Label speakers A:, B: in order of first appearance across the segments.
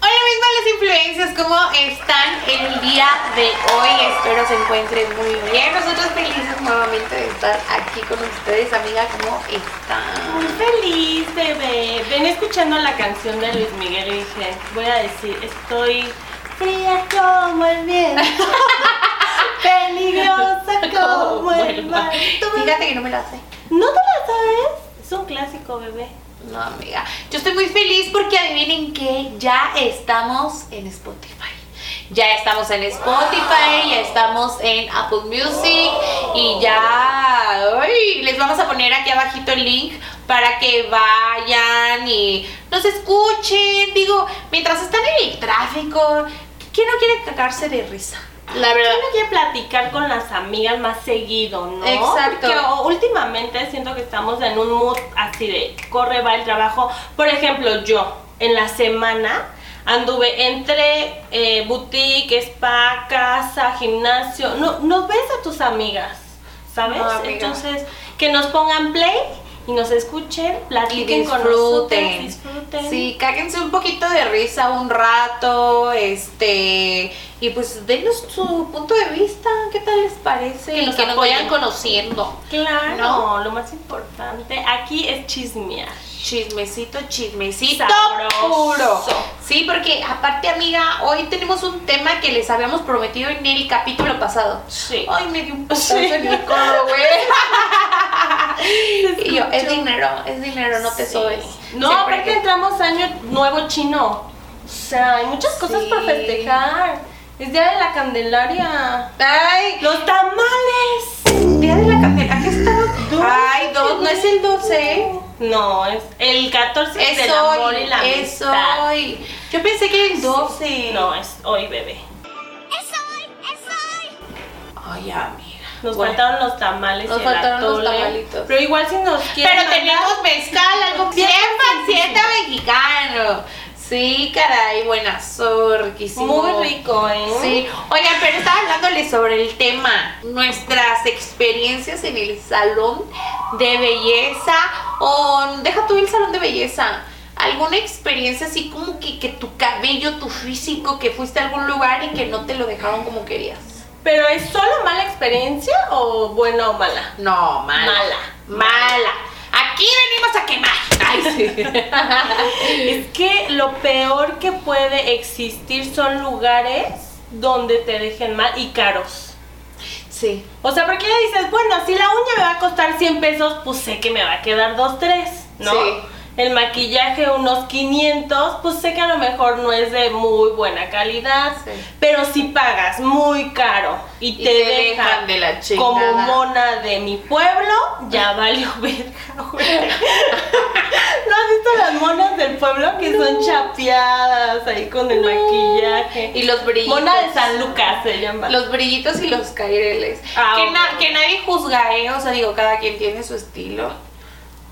A: las influencias, ¿cómo están el día de hoy? Espero se encuentren muy bien. Nosotros felices nuevamente de estar aquí con ustedes, amiga. ¿Cómo
B: Muy
A: están?
B: feliz, bebé. Ven escuchando la canción de Luis Miguel y dije, voy a decir, estoy fría como el viento, peligrosa como el mar.
A: Fíjate que no me la sé.
B: ¿No te la sabes? Es un clásico, bebé.
A: No, amiga. Yo estoy muy feliz porque adivinen que ya estamos en Spotify. Ya estamos en Spotify, ya estamos en Apple Music y ya ay, les vamos a poner aquí abajito el link para que vayan y nos escuchen. Digo, mientras están en el tráfico, ¿quién no quiere cagarse de risa? La verdad.
B: Uno quiere platicar con las amigas más seguido, ¿no?
A: Exacto.
B: Porque últimamente siento que estamos en un mood así de corre, va el trabajo. Por ejemplo, yo en la semana anduve entre eh, boutique, spa, casa, gimnasio. No, no ves a tus amigas, ¿sabes?
A: No, amiga.
B: Entonces, que nos pongan play y nos escuchen,
A: Y
B: platiquen con nosotros,
A: disfruten.
B: disfruten.
A: Sí, cáguense un poquito de risa un rato, este, y pues denos su punto de vista, ¿qué tal les parece?
B: Que
A: y
B: nos
A: que nos
B: apoyen.
A: vayan conociendo.
B: Claro,
A: No.
B: lo más importante aquí es chismear.
A: Chismecito, chismecito
B: Sabroso.
A: puro. Sí, porque aparte, amiga, hoy tenemos un tema que les habíamos prometido en el capítulo pasado.
B: Sí.
A: Ay, me dio un putazo
B: Sí.
A: en mi codo, güey. Y yo, es
B: Escucho.
A: dinero, es dinero, no te
B: Sí.
A: sobes.
B: No,
A: Siempre
B: aparte
A: que-
B: entramos año nuevo chino. O sea, hay muchas cosas
A: Sí.
B: para festejar. Es día de la Candelaria.
A: Ay,
B: Los tamales.
A: Día de la Candelaria, aquí está.
B: Dos.
A: Ay, dos, no es el 12. ¿eh?
B: No, es el 14
A: Es
B: del amor y la
A: hoy, es
B: amistad.
A: hoy. Yo pensé que era el 12.
B: No, es hoy, bebé.
A: Ay, amiga.
B: Nos
A: Bueno.
B: faltaron los tamales
A: Nos
B: y el
A: faltaron los
B: atole.
A: tamalitos.
B: Pero igual si nos quieren
A: Pero
B: mandar-
A: tenemos mezcal, algo bien
B: Bien
A: paciente
B: sencillo.
A: mexicano. Sí, caray, buenazo, riquísimo.
B: Muy rico, ¿eh?
A: Sí, oigan, pero estaba hablándoles sobre el tema, nuestras experiencias en el salón de belleza o deja tú el salón de belleza, alguna experiencia así como que, que tu cabello, tu físico, que fuiste a algún lugar y que no te lo dejaron como querías.
B: ¿Pero es solo mala experiencia o buena o mala?
A: No, mala.
B: Mala.
A: Mala. Aquí venimos a quemar. Ay, sí.
B: Es que lo peor que puede existir son lugares donde te dejen mal y caros.
A: sí.
B: O sea, porque ya dices, bueno, si la uña me va a costar 100 pesos, pues sé que me va a quedar 2, 3, ¿no?
A: Sí.
B: El maquillaje unos 500, pues sé que a lo mejor no es de muy buena calidad,
A: Sí.
B: pero si pagas muy caro y te,
A: Y te dejan
B: dejan
A: de la chingada.
B: como mona de mi pueblo, ya valió verga, güey. ¿No has visto las monas del pueblo que son chapeadas ahí con el maquillaje?
A: Y los brillitos.
B: Mona de San Lucas se llama.
A: Los brillitos y los caireles.
B: Ah,
A: que,
B: ok.
A: na- que nadie juzga, ¿eh? O sea, digo, cada quien tiene su estilo.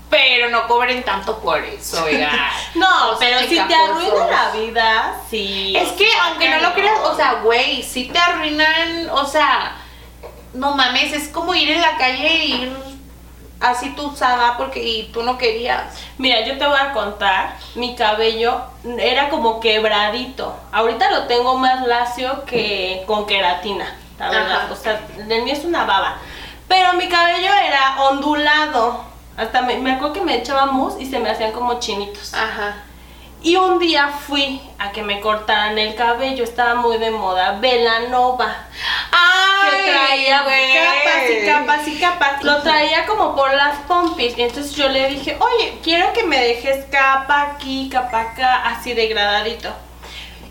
A: Pero no cobren tanto por eso, oiga.
B: No,
A: Los
B: pero si te
A: picaposos.
B: arruina la vida, sí.
A: Es que aunque no lo creas, o sea, güey, si te arruinan, o sea, no mames, es como ir en la calle y ir así tú usaba porque y tú no querías.
B: Mira, yo te voy a contar, mi cabello era como quebradito. Ahorita lo tengo más lacio que con queratina, la verdad.
A: Ajá.
B: O sea, el mío es una baba. Pero mi cabello era ondulado. Hasta me, me acuerdo que me echaba mousse y se me hacían como chinitos.
A: Ajá.
B: Y un día fui a que me cortaran el cabello, estaba muy de moda, Velanova.
A: Ay,
B: que traía
A: güey.
B: capas y capas y capas. Lo traía como por las pompis. Y entonces yo le dije, oye, quiero que me dejes capa aquí, capa acá, así degradadito.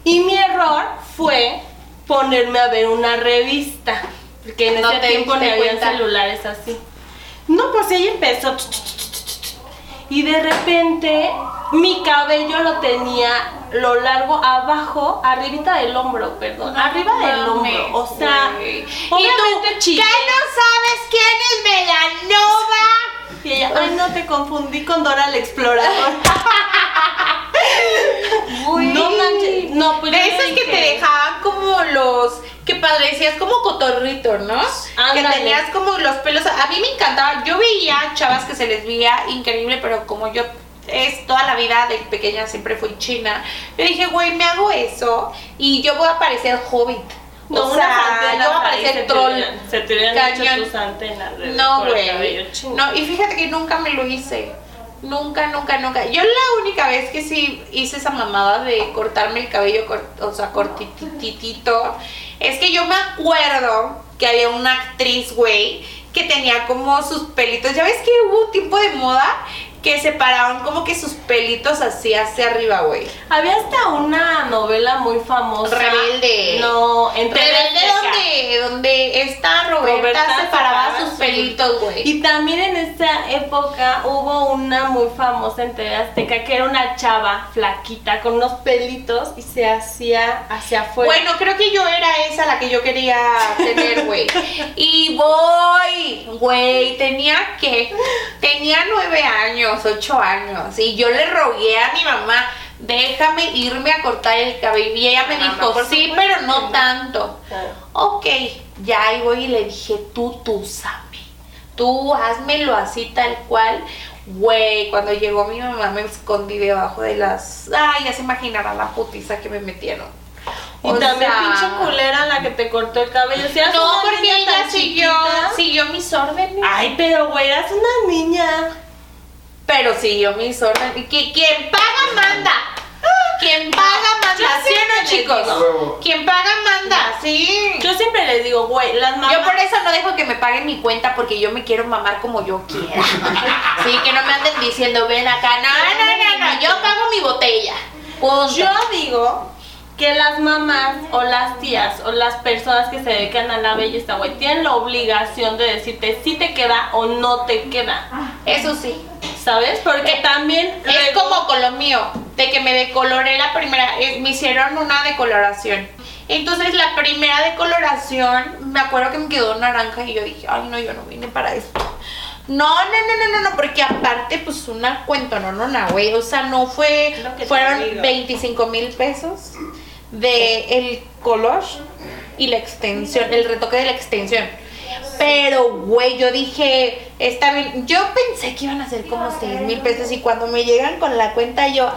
B: Y mi error fue ponerme a ver una revista. Porque en
A: No
B: ese
A: te
B: tiempo no
A: diste
B: había
A: cuenta.
B: celulares así. No, pues ahí empezó. Y de repente mi cabello lo tenía lo largo abajo, arribita del hombro, perdón, arriba del hombro, o sea,
A: Güey. ¿Y
B: obviamente
A: tú, ¿qué
B: chillé.
A: no sabes quién es Melanova?
B: Y ella, ay no, te confundí con Dora la exploradora.
A: Güey.
B: No manches, no, pues yo
A: De
B: le
A: esas que
B: dije-
A: te dejaban como los que parecías como cotorrito, ¿no?
B: Ándale.
A: Que tenías como los pelos. A mí me encantaba. Yo veía chavas que se les veía increíble, pero como yo es toda la vida de pequeña siempre fui china. Yo dije, güey, me hago eso y yo voy a parecer hobbit.
B: No,
A: o
B: una
A: sea,
B: antena
A: yo voy a
B: por ahí
A: parecer
B: se te
A: troll.
B: hubieran- se te hubieran hecho
A: Cañón.
B: tus antenas de-
A: No,
B: por el cabello,
A: güey.
B: chinga.
A: No, y fíjate que nunca me lo hice. Nunca, nunca, nunca. Yo la única vez que sí hice esa mamada de cortarme el cabello, cort- o sea, cortititito, es que yo me acuerdo que había una actriz, güey, que tenía como sus pelitos. Ya ves que hubo un tiempo de moda que separaban como que sus pelitos así hacia arriba, güey.
B: Había hasta una novela muy famosa.
A: Rebelde.
B: No, entre
A: Rebelde donde, donde esta Roberta,
B: Roberta
A: separaba
B: separaba
A: sus
B: sus-
A: pelitos, güey.
B: Y también en esa época hubo una muy famosa en TV Azteca que era una chava flaquita con unos pelitos y se hacía hacia afuera.
A: Bueno, creo que yo era esa la que yo quería tener, güey. Y voy, güey, tenía que, tenía nueve años, ocho años, y yo le rogué a mi mamá, déjame irme a cortar el cabello. Y ella me
B: Mamá,
A: dijo,
B: Ah, por
A: sí,
B: supuesto
A: pero
B: que
A: no
B: no".
A: tanto. Ok, ya ahí voy y le dije, tú, tú, Sammy, tú házmelo así tal cual. Güey, cuando llegó mi mamá me escondí debajo de las... Ay, ya se imaginarán la putiza que me metieron.
B: Y
A: O
B: también
A: sea,
B: pinche culera la que te cortó el cabello. Si eras
A: No,
B: una
A: porque
B: niña
A: ella
B: tan
A: siguió,
B: chiquita-
A: siguió mis órdenes. Ah,
B: Ay, pero güey, eras una niña.
A: Pero siguió mis órdenes. Que quien paga, manda. Quien paga, manda.
B: Yo
A: ¿Sí o no,
B: siempre les
A: chicos?
C: digo.
A: Quien paga, manda. Sí.
B: Yo siempre les digo, güey, las mamás.
A: Yo por eso no dejo que me paguen mi cuenta porque yo me quiero mamar como yo quiera. Sí, que no me anden diciendo, ven acá. No, no, no, no, yo pago mi botella. Punto.
B: Yo digo que las mamás o las tías o las personas que se dedican a la belleza, güey, tienen la obligación de decirte si te queda o no te queda,
A: Eso sí.
B: ¿sabes? Porque
A: Eh,
B: también
A: Es
B: luego-
A: como con lo mío, de que me decoloré la primera, eh, me hicieron una decoloración. Entonces la primera decoloración, me acuerdo que me quedó naranja y yo dije, ay no, yo no vine para esto. No, no, no, no, no, no, porque aparte, pues una cuento, no, no, no, güey. O sea, no fue,
B: Lo que te
A: fueron
B: digo.
A: 25 mil pesos de el color y la extensión, el retoque de la extensión. Pero, güey, yo dije, está bien. Yo pensé que iban a ser como 6 mil pesos y cuando me llegan con la cuenta yo...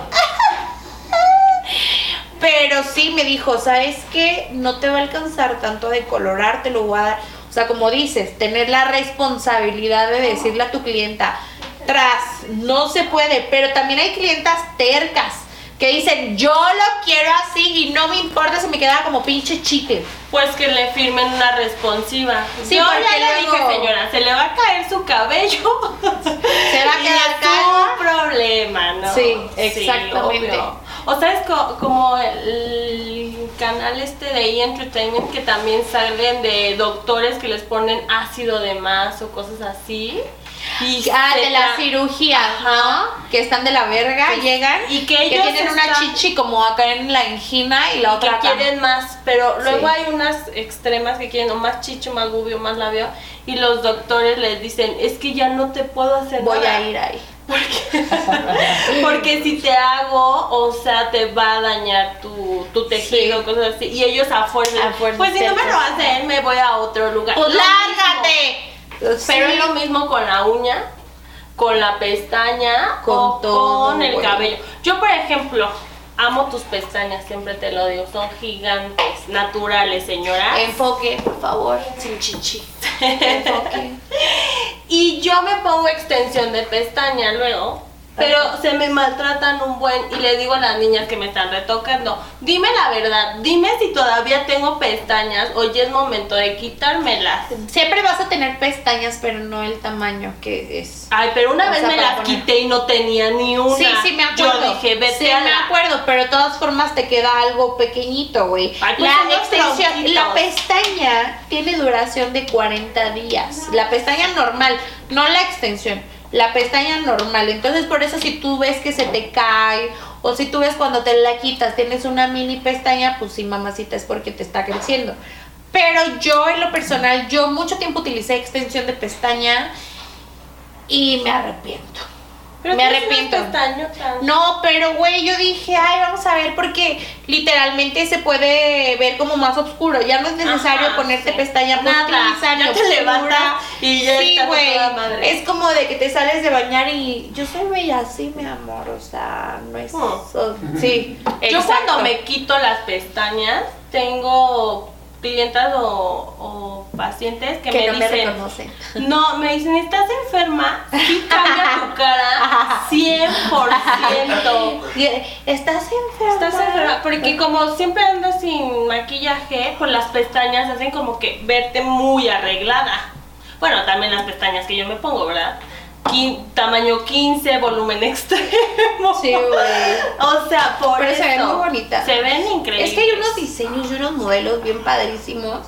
A: Pero sí me dijo, ¿sabes qué? No te va a alcanzar tanto de colorar, te lo voy a dar. O sea, como dices, tener la responsabilidad de decirle a tu clienta, tras, no se puede, pero también hay clientas tercas que dicen, yo lo quiero así y no me importa si me queda como pinche chicle.
B: pues que le firmen una responsiva.
A: Sí,
B: Yo
A: porque
B: ya le
A: luego-
B: dije, señora, se le va a caer su cabello.
A: Se va a
B: Y
A: quedar
B: es
A: calva.
B: un problema, ¿no?
A: Sí, exactamente.
B: obvio. o sabes co- como el canal este de E! Entertainment que también salen de doctores que les ponen ácido de más o cosas así. Y
A: Ah,
B: se
A: de la
B: tra-
A: cirugía, ¿no? Que están de la verga,
B: Sí.
A: llegan
B: Y que ellos
A: tienen una
B: están-
A: chichi como acá en la angina y la
B: que
A: otra acá.
B: quieren más, pero luego
A: Sí.
B: hay unas extremas que quieren o más chicho, más gubio, más labio y los doctores les dicen, es que ya no te puedo hacer
A: Voy
B: nada".
A: a ir ahí.
B: Porque si te hago, o sea, te va a dañar tu, tu tejido,
A: Sí.
B: cosas así. Y ellos a fuerza.
A: A fuerza
B: pues si no
A: te
B: me lo
A: hacen.
B: hacen, me voy a otro lugar.
A: ¡Pues
B: Lo mismo.
A: lárgate!
B: Pero es lo
A: mismo.
B: mismo con la uña, con la pestaña,
A: Con
B: o
A: todo,
B: con el
A: güey.
B: cabello. Yo, por ejemplo, amo tus pestañas, siempre te lo digo. Son gigantes, naturales, señora.
A: Eh, Enfoque, por favor, sin chichi. Enfoque.
B: Y yo me pongo extensión de pestaña luego, pero se me maltratan un buen y le digo a las niñas que me están retocando, dime la verdad, dime si todavía tengo pestañas o ya es momento de quitármelas.
A: Siempre vas a tener pestañas, pero no el tamaño que es.
B: Ay, pero una
A: O
B: vez
A: sea,
B: me
A: para
B: las
A: poner.
B: quité y no tenía ni una.
A: Sí, sí, me acuerdo.
B: Yo dije, vete
A: sí,
B: a
A: me
B: la-
A: acuerdo, pero de todas formas te queda algo pequeñito, güey.
B: Ay, pues
A: la
B: unos
A: extensión,
B: tronquitos.
A: la pestaña tiene duración de 40 días. La pestaña normal, no la extensión, la pestaña normal. Entonces, por eso si tú ves que se te cae o si tú ves cuando te la quitas, tienes una mini pestaña, pues sí, mamacita, es porque te está creciendo. Pero yo en lo personal, yo mucho tiempo utilicé extensión de pestaña y me arrepiento.
B: Pero
A: Me
B: tienes unas
A: arrepiento.
B: pestañas tan-
A: No, pero güey, yo dije, ay, vamos a ver porque literalmente se puede ver como más oscuro. Ya no es necesario
B: Ajá,
A: ponerte
B: sí.
A: pestaña
B: Nada,
A: postizada,
B: ya te
A: oscura.
B: levantas y ya
A: sí,
B: estás a
A: güey.
B: toda madre.
A: Es como de que te sales de bañar y yo soy bella así, mi amor, o sea, no es
B: Oh.
A: eso. Sí,
B: Yo
A: exacto.
B: cuando me quito las pestañas, tengo clientas o, o pacientes que,
A: que
B: me
A: no me
B: dicen,
A: reconocen.
B: no, me dicen, estás enferma, sí cambia tu cara 100%.
A: Y, eh, Estás enferma.
B: Estás enferma, porque como siempre ando sin maquillaje, pues las pestañas hacen como que verte muy arreglada. Bueno, también las pestañas que yo me pongo, ¿verdad? Quin- tamaño 15, volumen extremo.
A: Sí, güey.
B: O sea, por
A: Pero se ven
B: eso.
A: muy bonitas.
B: Se ven increíbles.
A: Es que hay unos diseños y unos modelos bien padrísimos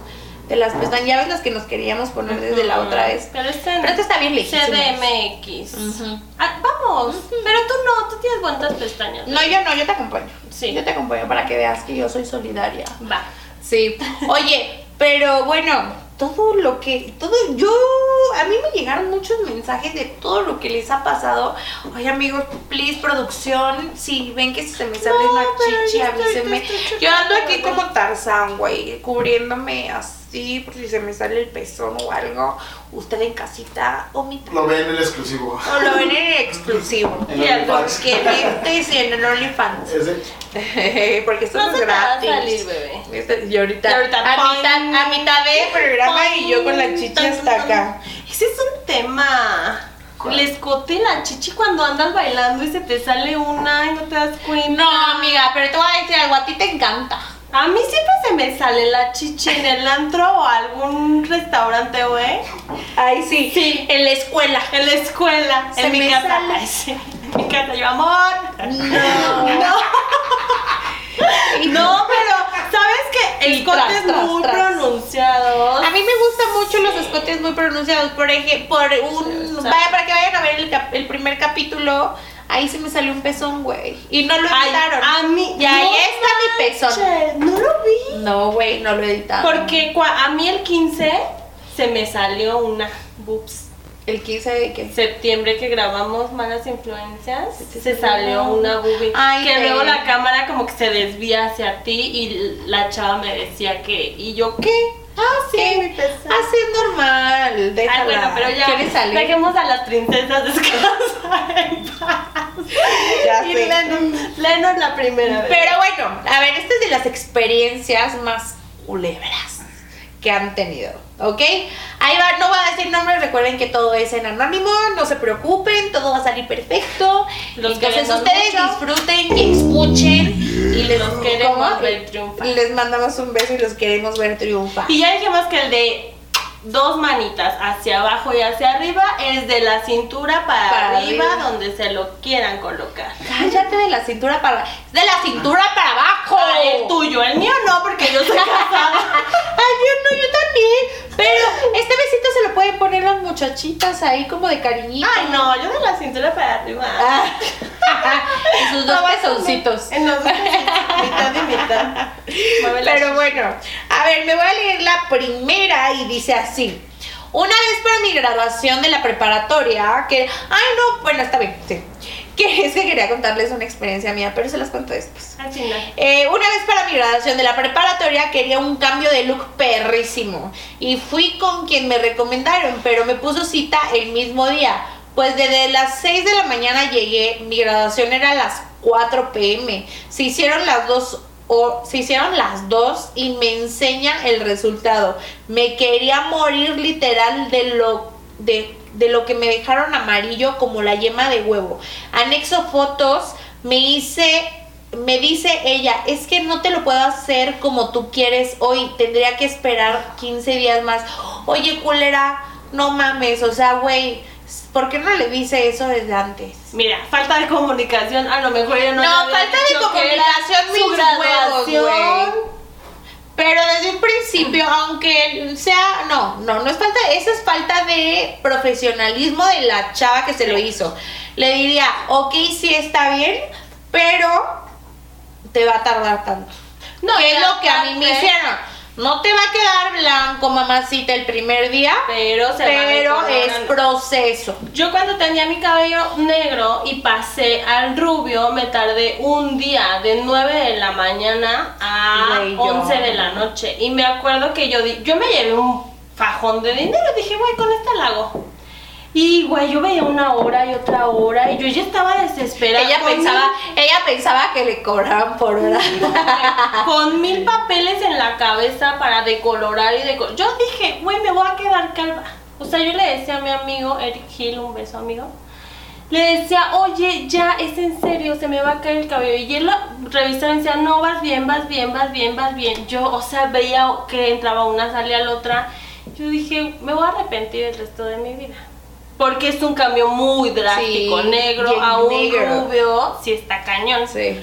A: de las pestañas. Ya ves las que nos queríamos poner desde la otra vez.
B: Pero este
A: Pero este está bien lejísimo.
B: CDMX.
A: Ujú.
B: Ah, vamos, pero tú no, tú tienes bonitas pestañas.
A: No, yo no, yo te acompaño.
B: Sí.
A: Yo te acompaño para que veas que yo soy solidaria.
B: Va.
A: Sí. Oye, pero bueno, todo lo que, todo, yo, a mí me llegaron muchos mensajes de todo lo que les ha pasado. Oye, amigos, please, producción, si ven que se me sale
B: No,
A: una
B: pero yo
A: chichi,
B: estoy-
A: avísenme.
B: estoy chupando,
A: Yo ando aquí
B: güey.
A: como Tarzán, güey, cubriéndome así por si se me sale el pezón o algo. Usted en casita, o mi
C: Lo ven en el exclusivo.
A: O lo ven en exclusivo.
C: En
B: Y al
C: OnlyFans.
A: Porque viste y en el OnlyFans.
C: Ese-
A: Porque esto
B: No se
A: es
B: te va a
A: gratis.
B: salir, bebé.
A: Este- y ahorita,
B: Y ahorita,
A: a,
B: pon-
A: mitad, a mitad de Este programa y yo con la chicha hasta acá.
B: Ese es un tema.
C: ¿Cuál?
B: Les coté la chichi cuando andas bailando y se te sale una y no te das cuenta.
A: No, amiga, pero te voy a decir algo, a ti te encanta.
B: A mí siempre se me sale la chichi en el antro o algún restaurante, güey.
A: Ay, sí. En la escuela.
B: En la escuela,
A: Se
B: en mi
A: me
B: casa.
A: sale.
B: Ay, sí. En mi casa, yo, amor.
A: No.
B: No. No, pero ¿sabes que El
A: Y
B: escote
A: tras,
B: es
A: tras,
B: muy
A: tras.
B: pronunciado.
A: A mí me gustan mucho los escotes muy pronunciados. Por ejemplo, por un. Vaya, para que vayan a ver el, cap- el primer capítulo, ahí se me salió un pezón, güey. Y no lo
B: Ay, ah.
A: editaron.
B: a mí.
A: y ahí
B: no
A: está mi pezón.
B: manches, No lo vi.
A: No, güey, no lo editaron.
B: Porque cua- a mí el 15 se me salió una boobs.
A: El 15 de qué?
B: Septiembre que grabamos Malas Influencias,
A: Se te
B: se
A: salió.
B: salió una boobie.
A: Ay,
B: que
A: ve.
B: luego la cámara como que se desvía hacia ti y la chava me decía que. ¿Y yo qué?
A: Ah, sí.
B: Sí, mi pezón.
A: Así es normal. Déjala.
B: Ay, bueno, pero ya.
A: ¿Quieres salir?
B: Dejemos a las princesas descansar en paz.
A: Ya
B: y
A: sé.
B: Lennon, Lennon la primera vez.
A: Pero bueno, a ver, esta es de las experiencias más culebras que han tenido, ¿ok? Ahí va, no voy a decir nombres, recuerden que todo es en anónimo, no se preocupen, todo va a salir perfecto.
B: Los
A: Entonces
B: queremos
A: ustedes
B: mucho.
A: disfruten y escuchen y les
B: Los queremos
A: ¿cómo?
B: ver triunfar.
A: Les mandamos un beso y los queremos ver triunfar.
B: Y ya dijimos que el de dos manitas hacia abajo y hacia arriba es de la cintura para,
A: Para
B: arriba,
A: arriba.
B: donde se lo quieran colocar.
A: Cállate de la cintura para de la cintura para abajo.
B: Ah, El tuyo, el mío no, porque yo soy casada.
A: Ay, yo no, yo también. Pero este besito se lo pueden poner las muchachitas ahí como de cariñito.
B: Ay, no, yo de la cintura para arriba.
A: Ah. y sus dos
B: No, más o
A: pezoncitos.
B: En los dos, mitad y mitad. Mueve la
A: Pero bueno, a ver, me voy a leer la primera y dice así. Una vez para mi graduación de la preparatoria, que... Ay, no, bueno, está bien, sí. Que es que quería contarles una experiencia mía, pero se las cuento después.
B: Ah, chinga.
A: Eh, una vez para mi graduación de la preparatoria quería un cambio de look perrísimo y fui con quien me recomendaron, pero me puso cita el mismo día. Pues desde las 6 de la mañana llegué, mi graduación era a las 4 pm. Se hicieron las dos o se hicieron las dos y me enseña el resultado. Me quería morir literal de lo de, de lo que me dejaron amarillo como la yema de huevo. Anexo fotos, me hice, me dice ella, es que no te lo puedo hacer como tú quieres hoy, tendría que esperar 15 días más. Oye, culera, no mames, o sea, güey, ¿por qué no le dice eso desde antes?
B: Mira, falta de comunicación, a lo mejor yo
A: No,
B: no. le había
A: falta de
B: dicho que era
A: comunicación,
B: su
A: mis huevos,
B: graduación.
A: güey. Pero desde un principio, aunque sea, no, no, no es falta, esa es falta de profesionalismo de la chava que se lo hizo. Le diría, ok, sí está bien, pero te va a tardar tanto. No,
B: No, y
A: es lo que a mí me
B: aparte-
A: hicieron. No te va a quedar blanco, mamacita, el primer día,
B: Pero se van
A: pero es
B: entonando.
A: proceso.
B: Yo cuando tenía mi cabello negro y pasé al rubio, me tardé un día de 9 de la mañana a
A: Güey, yo.
B: 11 de la noche. Y me acuerdo que yo, di- yo me llevé un fajón de dinero, dije, güey, con esta la hago. Y, güey, yo veía una hora y otra hora y yo ya estaba desesperada.
A: Ella
B: con
A: pensaba, ella pensaba que le cobraban por hora.
B: mil- con mil papeles en la cabeza para decolorar y decolorar. Yo dije, güey, me voy a quedar calva. O sea, yo le decía a mi amigo Eric Hill, un beso amigo, le decía, oye, ya es en serio, se me va a caer el cabello. Y él lo revisaba y decía, no, vas bien, vas bien, vas bien, vas bien. Yo, o sea, veía que entraba una, salía la otra. Yo dije, me voy a arrepentir el resto de mi vida. Porque es un cambio muy drástico,
A: Sí,
B: negro
A: bien
B: a un
A: negro.
B: rubio, si está cañón.
A: Sí.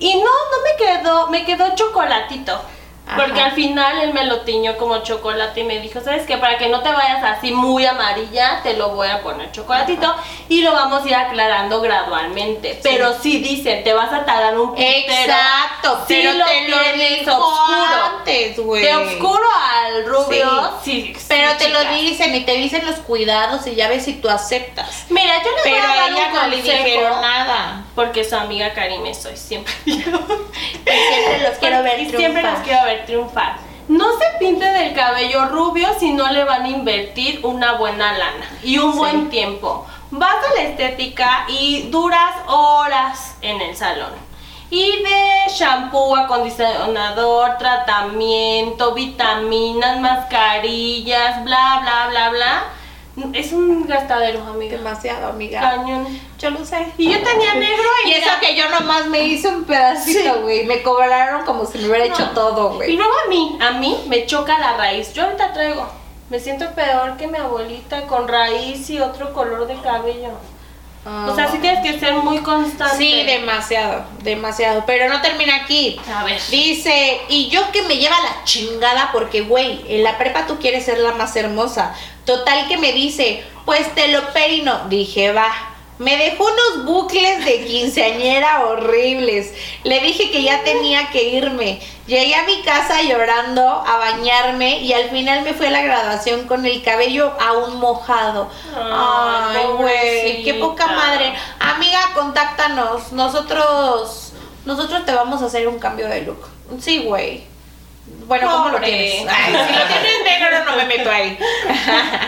B: Y no, no me quedó, me quedó chocolatito.
A: Ajá.
B: Porque al final él me lo tiñó como chocolate y me dijo, ¿sabes qué? Para que no te vayas así muy amarilla, te lo voy a poner chocolatito y lo vamos a ir aclarando gradualmente. Pero sí dicen, te vas a tardar un putero.
A: Exacto,
B: Sí
A: pero
B: lo
A: te lo
B: tienes
A: dijo
B: oscuro.
A: antes, güey.
B: De oscuro al rubio. Sí, sí,
A: Pero te lo
B: chica.
A: dicen y te dicen los cuidados y ya ves si tú aceptas.
B: Mira, yo le voy
A: Pero
B: a
A: a
B: dar
A: ella
B: un
A: no le
B: consejo,
A: dijeron nada.
B: Porque su amiga Karime soy siempre.
A: Y siempre los quiero ver
B: Y siempre
A: triunfar.
B: los quiero ver triunfar. No se pinten el cabello rubio si no le van a invertir una buena lana y un
A: Sí.
B: buen tiempo. Vas a la estética y duras horas en el salón. Y de shampoo, acondicionador, tratamiento, vitaminas, mascarillas, bla, bla, bla, bla. Es un gastadero, amiga.
A: Demasiado, amiga.
B: Cañón.
A: Yo lo sé.
B: Y yo tenía negro y,
A: Y eso
B: mira,
A: que yo nomás me hice un pedacito, güey. Me cobraron como si me hubiera hecho
B: No.
A: todo,
B: Y
A: güey.
B: luego a mí, a mí me choca la raíz. Yo ahorita traigo. Me siento peor que mi abuelita con raíz y otro color de cabello. O sea, sí tienes que ser muy constante.
A: Sí, Ah, demasiado, demasiado. Pero no termina aquí.
B: A ver.
A: Dice, y yo que me lleva la chingada porque, güey, en la prepa tú quieres ser la más hermosa. Total que me dice, pues te lo peino. Dije, va. Me dejó unos bucles de quinceañera horribles. Le dije que ya tenía que irme. Llegué a mi casa llorando, a bañarme y al final me fui a la graduación con el cabello aún mojado.
B: Ay,
A: Ay, güey, qué poca
B: pobrecita.
A: madre. Amiga, contáctanos. Nosotros, nosotros te vamos a hacer un cambio de look. Sí, güey. Bueno, ¿cómo lo
B: Pobre.
A: tienes? Ay, si lo tienes negro, no me meto ahí.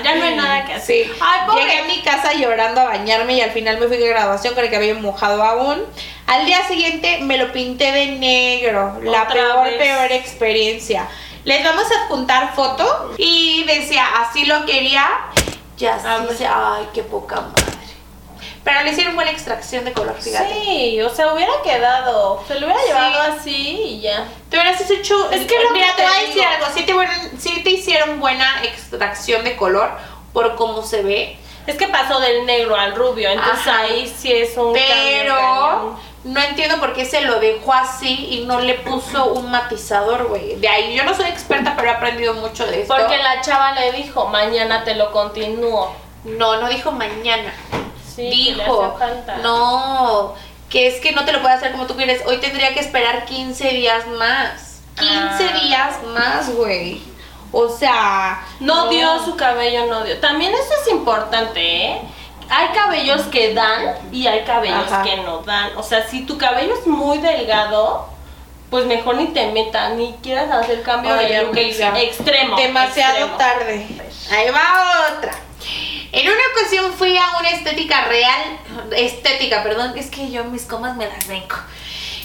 B: Ya no hay nada que hacer.
A: Sí.
B: Ay, pobre.
A: Llegué a mi casa llorando a bañarme y al final me fui de graduación con el cabello mojado aún. Al día siguiente me lo pinté de negro. la
B: Otra
A: peor,
B: vez.
A: peor experiencia. Les vamos a adjuntar foto y decía, así lo quería. Ya
B: Ah,
A: sí, se- ay, qué poca madre. Pero le hicieron buena extracción de color, fíjate.
B: Sí, o sea, hubiera quedado. Se lo hubiera
A: Sí.
B: llevado así y ya.
A: Te hubieras hecho.
B: Es que lo
A: mira,
B: que
A: te
B: te
A: voy a decir
B: digo.
A: algo. Sí te, hubieran- sí te hicieron buena extracción de color por cómo se ve,
B: Es que pasó del negro al rubio, entonces
A: Ajá.
B: ahí sí es un cambio
A: pero
B: cañón.
A: no entiendo por qué se lo dejó así y no le puso un matizador, güey. De ahí yo no soy experta, pero he aprendido mucho de esto.
B: Porque la chava le dijo, mañana te lo continúo.
A: no, no dijo mañana.
B: Sí, que le
A: dijo,
B: hace falta.
A: no, que es que no te lo puede hacer como tú quieres. Hoy tendría que esperar 15 días más. 15
B: Ah.
A: días más, güey. O sea,
B: No, dio su cabello, no dio. También eso es importante, ¿eh? Hay cabellos que dan y hay cabellos
A: Ajá.
B: que no dan. O sea, si tu cabello es muy delgado, pues mejor ni te metas, ni quieras hacer cambio
A: Ay,
B: de look ex-
A: amiga.
B: extremo.
A: Demasiado
B: extremo.
A: tarde. Ahí va otra. En una ocasión fui a una estética real, estética, perdón, es que yo mis comas me las vengo.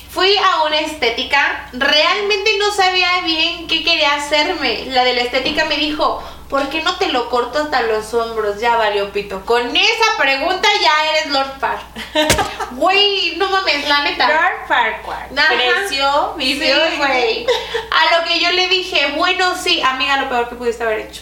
A: Fui a una estética, realmente no sabía bien qué quería hacerme. La de la estética me dijo, ¿por qué no te lo corto hasta los hombros? Ya valió pito. Con esa pregunta ya eres Lord Far. Güey, no mames, la neta.
B: Lord Farquaad.
A: Ajá.
B: Creció, vivió
A: Sí,
B: y-
A: güey. A lo que yo le dije, bueno, sí, amiga, lo peor que pudiste haber hecho.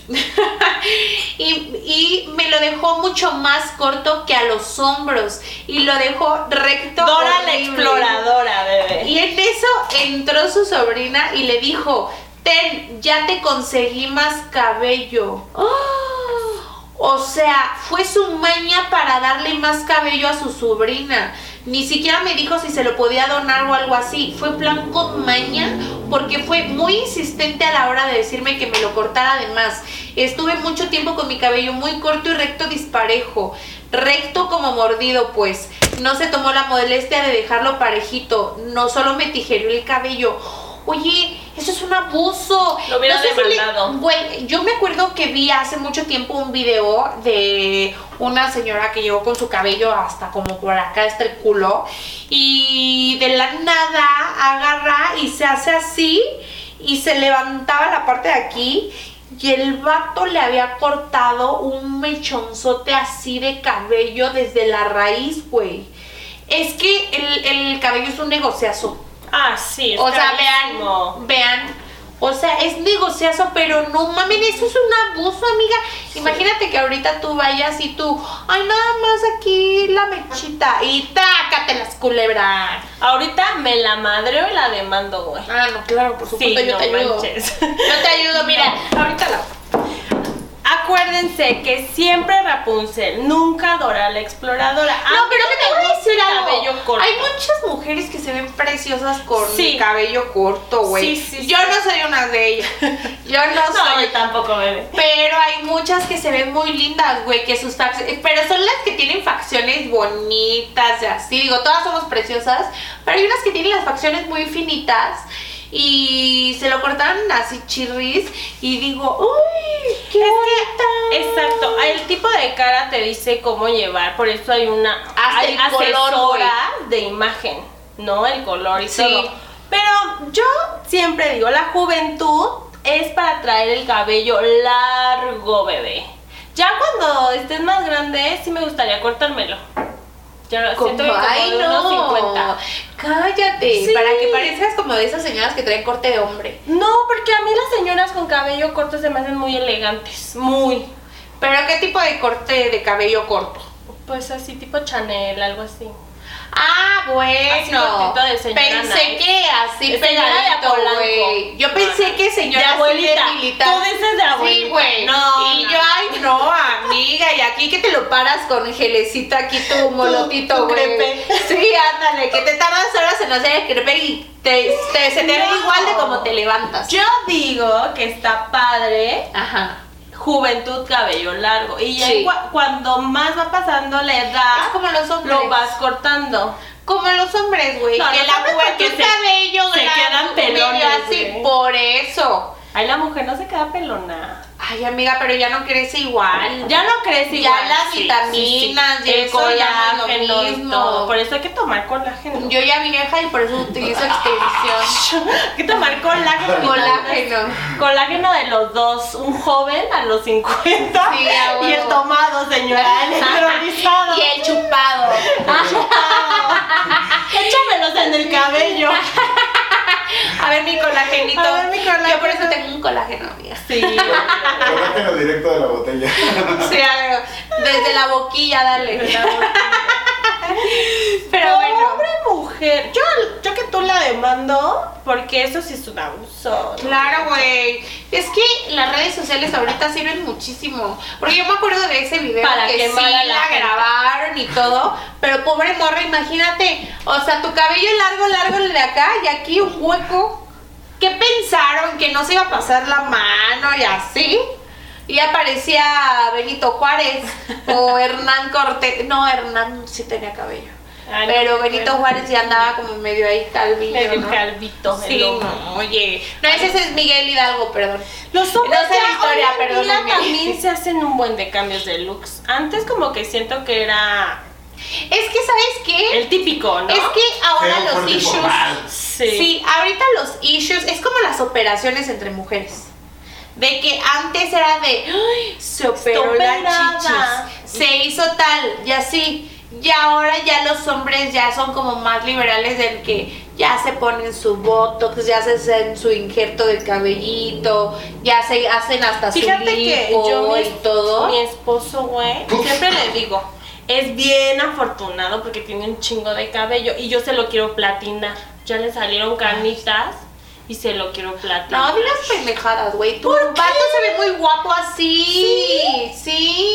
A: y, y me lo dejó mucho más corto que a los hombros. Y lo dejó recto.
B: Dora la
A: horrible.
B: exploradora, bebé.
A: Y en eso entró su sobrina y le dijo, ten, ya te conseguí más cabello. O sea, fue su maña para darle más cabello a su sobrina. Ni siquiera me dijo si se lo podía donar o algo así. Fue plan con maña porque fue muy insistente a la hora de decirme que me lo cortara de más. Estuve mucho tiempo con mi cabello muy corto y recto disparejo. Recto como mordido, pues. No se tomó la molestia de dejarlo parejito. No solo me tijereó el cabello. Oye, eso es un abuso.
B: Lo hubiera
A: sé si le-
B: demandado.
A: Güey, yo me acuerdo que vi hace mucho tiempo un video de una señora que llegó con su cabello hasta como por acá hasta el culo y de la nada agarra y se hace así y se levantaba la parte de aquí y el vato le había cortado un mechonzote así de cabello desde la raíz, güey. Es que el, el cabello es un negociazo.
B: Ah, sí. es
A: O sea,
B: carísimo.
A: vean, vean. O sea, es negociazo, pero no mamen, eso es un abuso, amiga. Imagínate que ahorita tú vayas y tú, ay, nada más aquí la mechita y tácate las culebras.
B: Ahorita me la madreo y la demando, güey.
A: Ah, no, claro, por supuesto, yo
B: no
A: te ayudo.
B: manches.
A: Yo te ayudo, mira, ahorita la.
B: Acuérdense que siempre Rapunzel, nunca Dora la exploradora.
A: No, pero Ah, te voy a decir algo.
B: cabello corto.
A: Hay muchas mujeres que se ven preciosas con
B: Sí.
A: cabello corto, güey.
B: Sí, sí,
A: yo
B: sí.
A: no soy una de ellas. Yo no,
B: No,
A: soy.
B: yo tampoco, bebé.
A: Pero hay muchas que se ven muy lindas, güey, que sus facciones... Pero son las que tienen facciones bonitas y así. Digo, todas somos preciosas, pero hay unas que tienen las facciones muy finitas y se lo cortaron así chirris y digo, uy, qué bonita.
B: Exacto, el tipo de cara te dice cómo llevar, por eso hay una
A: Hasta
B: hay
A: el color,
B: asesora de imagen, ¿no? El color y
A: Sí.
B: todo. Pero yo siempre digo, la juventud es para traer el cabello largo, bebé. Ya cuando estés más grande, sí me gustaría cortármelo. Ya lo siento que como
A: ay,
B: de unos
A: no.
B: 50.
A: Cállate,
B: Sí.
A: para que parezcas como de esas señoras que traen corte de hombre.
B: No, porque a mí las señoras con cabello corto se me hacen muy elegantes, muy.
A: Pero ¿qué tipo de corte de cabello corto?
B: Pues así tipo Chanel, algo así.
A: Ah,
B: Así cortito
A: bueno.
B: de señora
A: pensé
B: Nike.
A: que así
B: De señora de
A: pegadito,
B: Polanco.
A: güey. Yo pensé que señora
B: De
A: así
B: abuelita.
A: militar.
B: Tú dices de abuelita.
A: Sí, güey.
B: No,
A: Y
B: no.
A: yo, ay, no, amiga. Y aquí que te lo paras con gelecito aquí tu molotito,
B: tu
A: güey.
B: crepe.
A: Sí, ándale, que te tardas horas en hacer el crepe y te, te- se te ve
B: No.
A: igual de como te levantas.
B: Yo digo que está padre
A: Ajá.
B: juventud cabello largo y ya
A: Sí.
B: cua- cuando más va pasando la
A: Es
B: edad
A: como los hombres.
B: Ah, lo vas cortando.
A: Como los hombres, güey.
B: No,
A: que
B: los
A: la
B: hombres
A: juventud
B: porque se-
A: cabello
B: se
A: grande,
B: quedan pelones,
A: medio así,
B: güey.
A: por eso.
B: Ay, la mujer no se queda pelona.
A: Ay, amiga, pero ya no crece igual.
B: Ya no crece
A: Ya
B: igual.
A: las vitaminas y
B: el
A: eso ya no es lo
B: colágeno y
A: mismo.
B: todo. Por eso hay que tomar colágeno.
A: Yo ya vieja y por eso utilizo extensión.
B: hay que tomar colágeno.
A: Colágeno.
B: Colágeno de los dos, un joven a los 50
A: Sí, a
B: y el
A: huevo.
B: tomado, señora, el hidrolizado.
A: Y el chupado.
B: Échamelos en el cabello.
A: A ver, mi colagenito.
B: A ver, mi colágeno.
A: Yo por eso tengo un colágeno, amiga.
B: Sí.
C: Colágeno directo de la botella.
A: Sí, a ver, desde la boquilla, dale. Pero
B: Pero
A: bueno.
B: Pobre mujer. Yo, yo que tú la demando porque eso sí es un abuso. ¿no?
A: Claro, güey. Es que las redes sociales ahorita sirven muchísimo. Porque yo me acuerdo de ese video
B: Para
A: que sí
B: quemar a
A: la,
B: la gente.
A: grabaron y todo. Pero pobre morra, imagínate. O sea, tu cabello largo, largo el de acá y aquí un hueco. ¿Qué pensaron? Que no se iba a pasar la mano y así. Y aparecía Benito Juárez o Hernán Cortés. No, Hernán sí tenía cabello.
B: Ay, Ah, no
A: pero
B: me
A: Benito
B: acuerdo.
A: Juárez ya andaba como medio ahí calvillo.
B: Medio
A: ¿no?
B: calvito.
A: Sí,
B: el hombre.
A: no, oye. No, ese es Miguel Hidalgo, perdón.
B: Los hombres
A: No sé la
B: ya
A: historia,
B: hoy en día
A: perdónenme.
B: también se hacen un buen de cambios de looks. Antes como que siento que era
A: Es que, ¿sabes qué?
B: el típico, ¿no?
A: Es que ahora
C: Feo,
A: los
C: fuerte y
A: issues.
C: formal.
A: Sí. ahorita los issues es como las operaciones entre mujeres. De que antes era de, "Ay, se operó la
B: operada".
A: chichis, se hizo tal, y así. Y ahora ya los hombres ya son como más liberales del que ya se ponen su botox, ya se hacen su injerto del cabellito, ya se hacen hasta
B: Fíjate
A: su
B: que
A: lipo
B: yo mi,
A: y todo.
B: mi esposo, güey, siempre le digo, es bien afortunado porque tiene un chingo de cabello y yo se lo quiero platinar. Ya le salieron canitas y se lo quiero platicar.
A: Ah. No, di las pendejadas, güey. Tu vato se ve muy guapo así. Sí.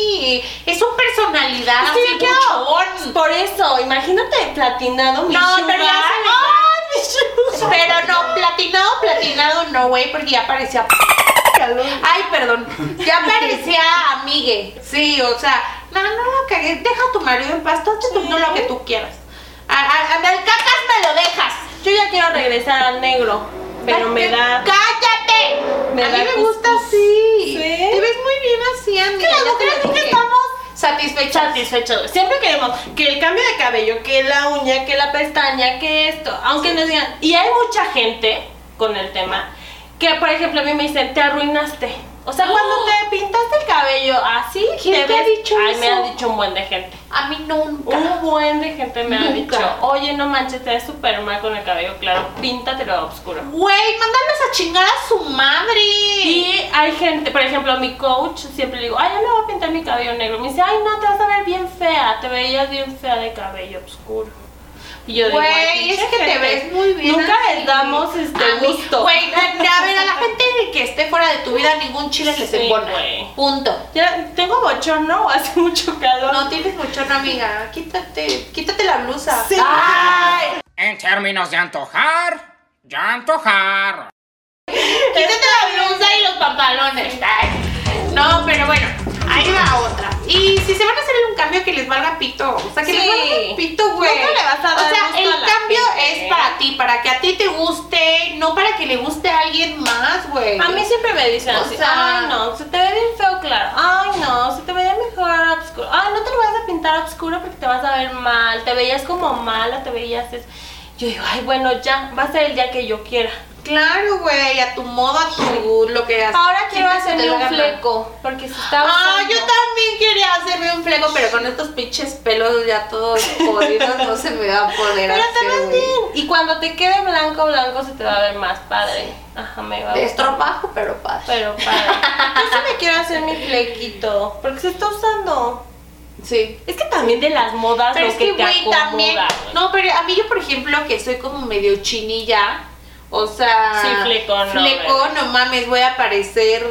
A: Es su personalidad
B: Sí,
A: así
B: claro.
A: muchón.
B: Por eso, imagínate platinado mi
A: No,
B: sugar.
A: pero ya se me- Ay, Pero no, platinado, platinado no, güey, porque ya parecía. Ay, perdón. Ya parecía amigue. Sí, o sea, no, no lo cagues. Deja a tu marido en paz. Tú hazte tú lo que tú quieras. A, a, a- al cacas me lo dejas.
B: Yo ya quiero regresar al negro, pero me da...
A: ¡Cállate!
B: me
A: a
B: da
A: mí me gusta
B: cuscús.
A: así.
B: ¿Sí?
A: Te ves muy bien así, amiga.
B: Claro,
A: ya te lo
B: creo que
A: dije.
B: estamos
A: satisfechas.
B: satisfechos. Siempre queremos que el cambio de cabello, que la uña, que la pestaña, que esto, aunque nos digan, y hay mucha gente con el tema que, por ejemplo, a mí me dicen, te arruinaste. O sea, cuando te pintaste el cabello así,
A: ¿Quién te ha dicho
B: Ay, me
A: eso?
B: han dicho un buen de gente.
A: A mí nunca.
B: Un buen de gente me ha
A: Nunca.
B: dicho, oye, no manches, te ves súper mal con el cabello claro, píntatelo a oscuro.
A: Güey, mándalas a chingar a su madre.
B: Y hay gente, por ejemplo, mi coach siempre le digo, ay, yo me voy a pintar mi cabello negro. Me dice, ay, no, te vas a ver bien fea, te veías bien fea de cabello oscuro. Y yo digo,
A: Güey,
B: "Ay,
A: es que
B: pinche
A: te
B: gente".
A: ves muy bien.
B: Nunca
A: así.
B: les damos este
A: A mí-
B: gusto.
A: Güey, no, a ver, a la gente que esté fuera de tu vida, ningún chile les
B: Sí,
A: embona.
B: güey.
A: Punto.
B: Ya tengo bochorno, hace mucho calor.
A: No tienes mochona, amiga. Quítate, quítate la blusa.
B: Sí.
A: Ay,
D: En términos de antojar, ya antojar.
A: quítate la blusa y los pantalones. Ay. No, pero bueno, ahí va otra. Y si se van a hacer un cambio que les valga pito, o sea, que les
B: Sí.
A: valga pito, güey.
B: Nunca le vas a dar
A: o sea,
B: gusto
A: el
B: a la
A: cambio
B: gente.
A: es para ti, para que a ti te guste, no para que le guste a alguien más, güey.
B: A mí siempre me dicen
A: O
B: así,
A: sea-
B: ay no, se te ve bien feo claro, ay no, se te veía mejor oscuro, ay no te lo vas a pintar oscuro porque te vas a ver mal, te veías como mala, te veías eso. Yo digo, ay bueno, ya, va a ser el día que yo quiera.
A: Claro, güey, a tu modo, a tu lo que haces.
B: Ahora quiero
A: Siempre se te
B: hacerme
A: da
B: un
A: la gana.
B: fleco, porque se está
A: Ah,
B: usando.
A: yo también quería hacerme un fleco, pero con estos pinches pelos ya todos jodidos no se me va a poder
B: Pero te
A: hacer.
B: ves
A: güey.
B: bien. Y cuando te quede blanco, blanco se te va a ver más padre. Ajá, me va a
A: De
B: gustar.
A: estropajo, pero padre.
B: Pero padre. Yo sí me quiero hacer mi flequito, porque se está usando.
A: sí.
B: Es que también de las modas
A: Pero
B: lo
A: es
B: que,
A: que,
B: te
A: güey,
B: acomoda,
A: también.
B: güey.
A: No, pero a mí yo, por ejemplo, que soy como medio chinilla. O sea.
B: Sí, fleco, no,
A: Fleco, no mames, voy a parecer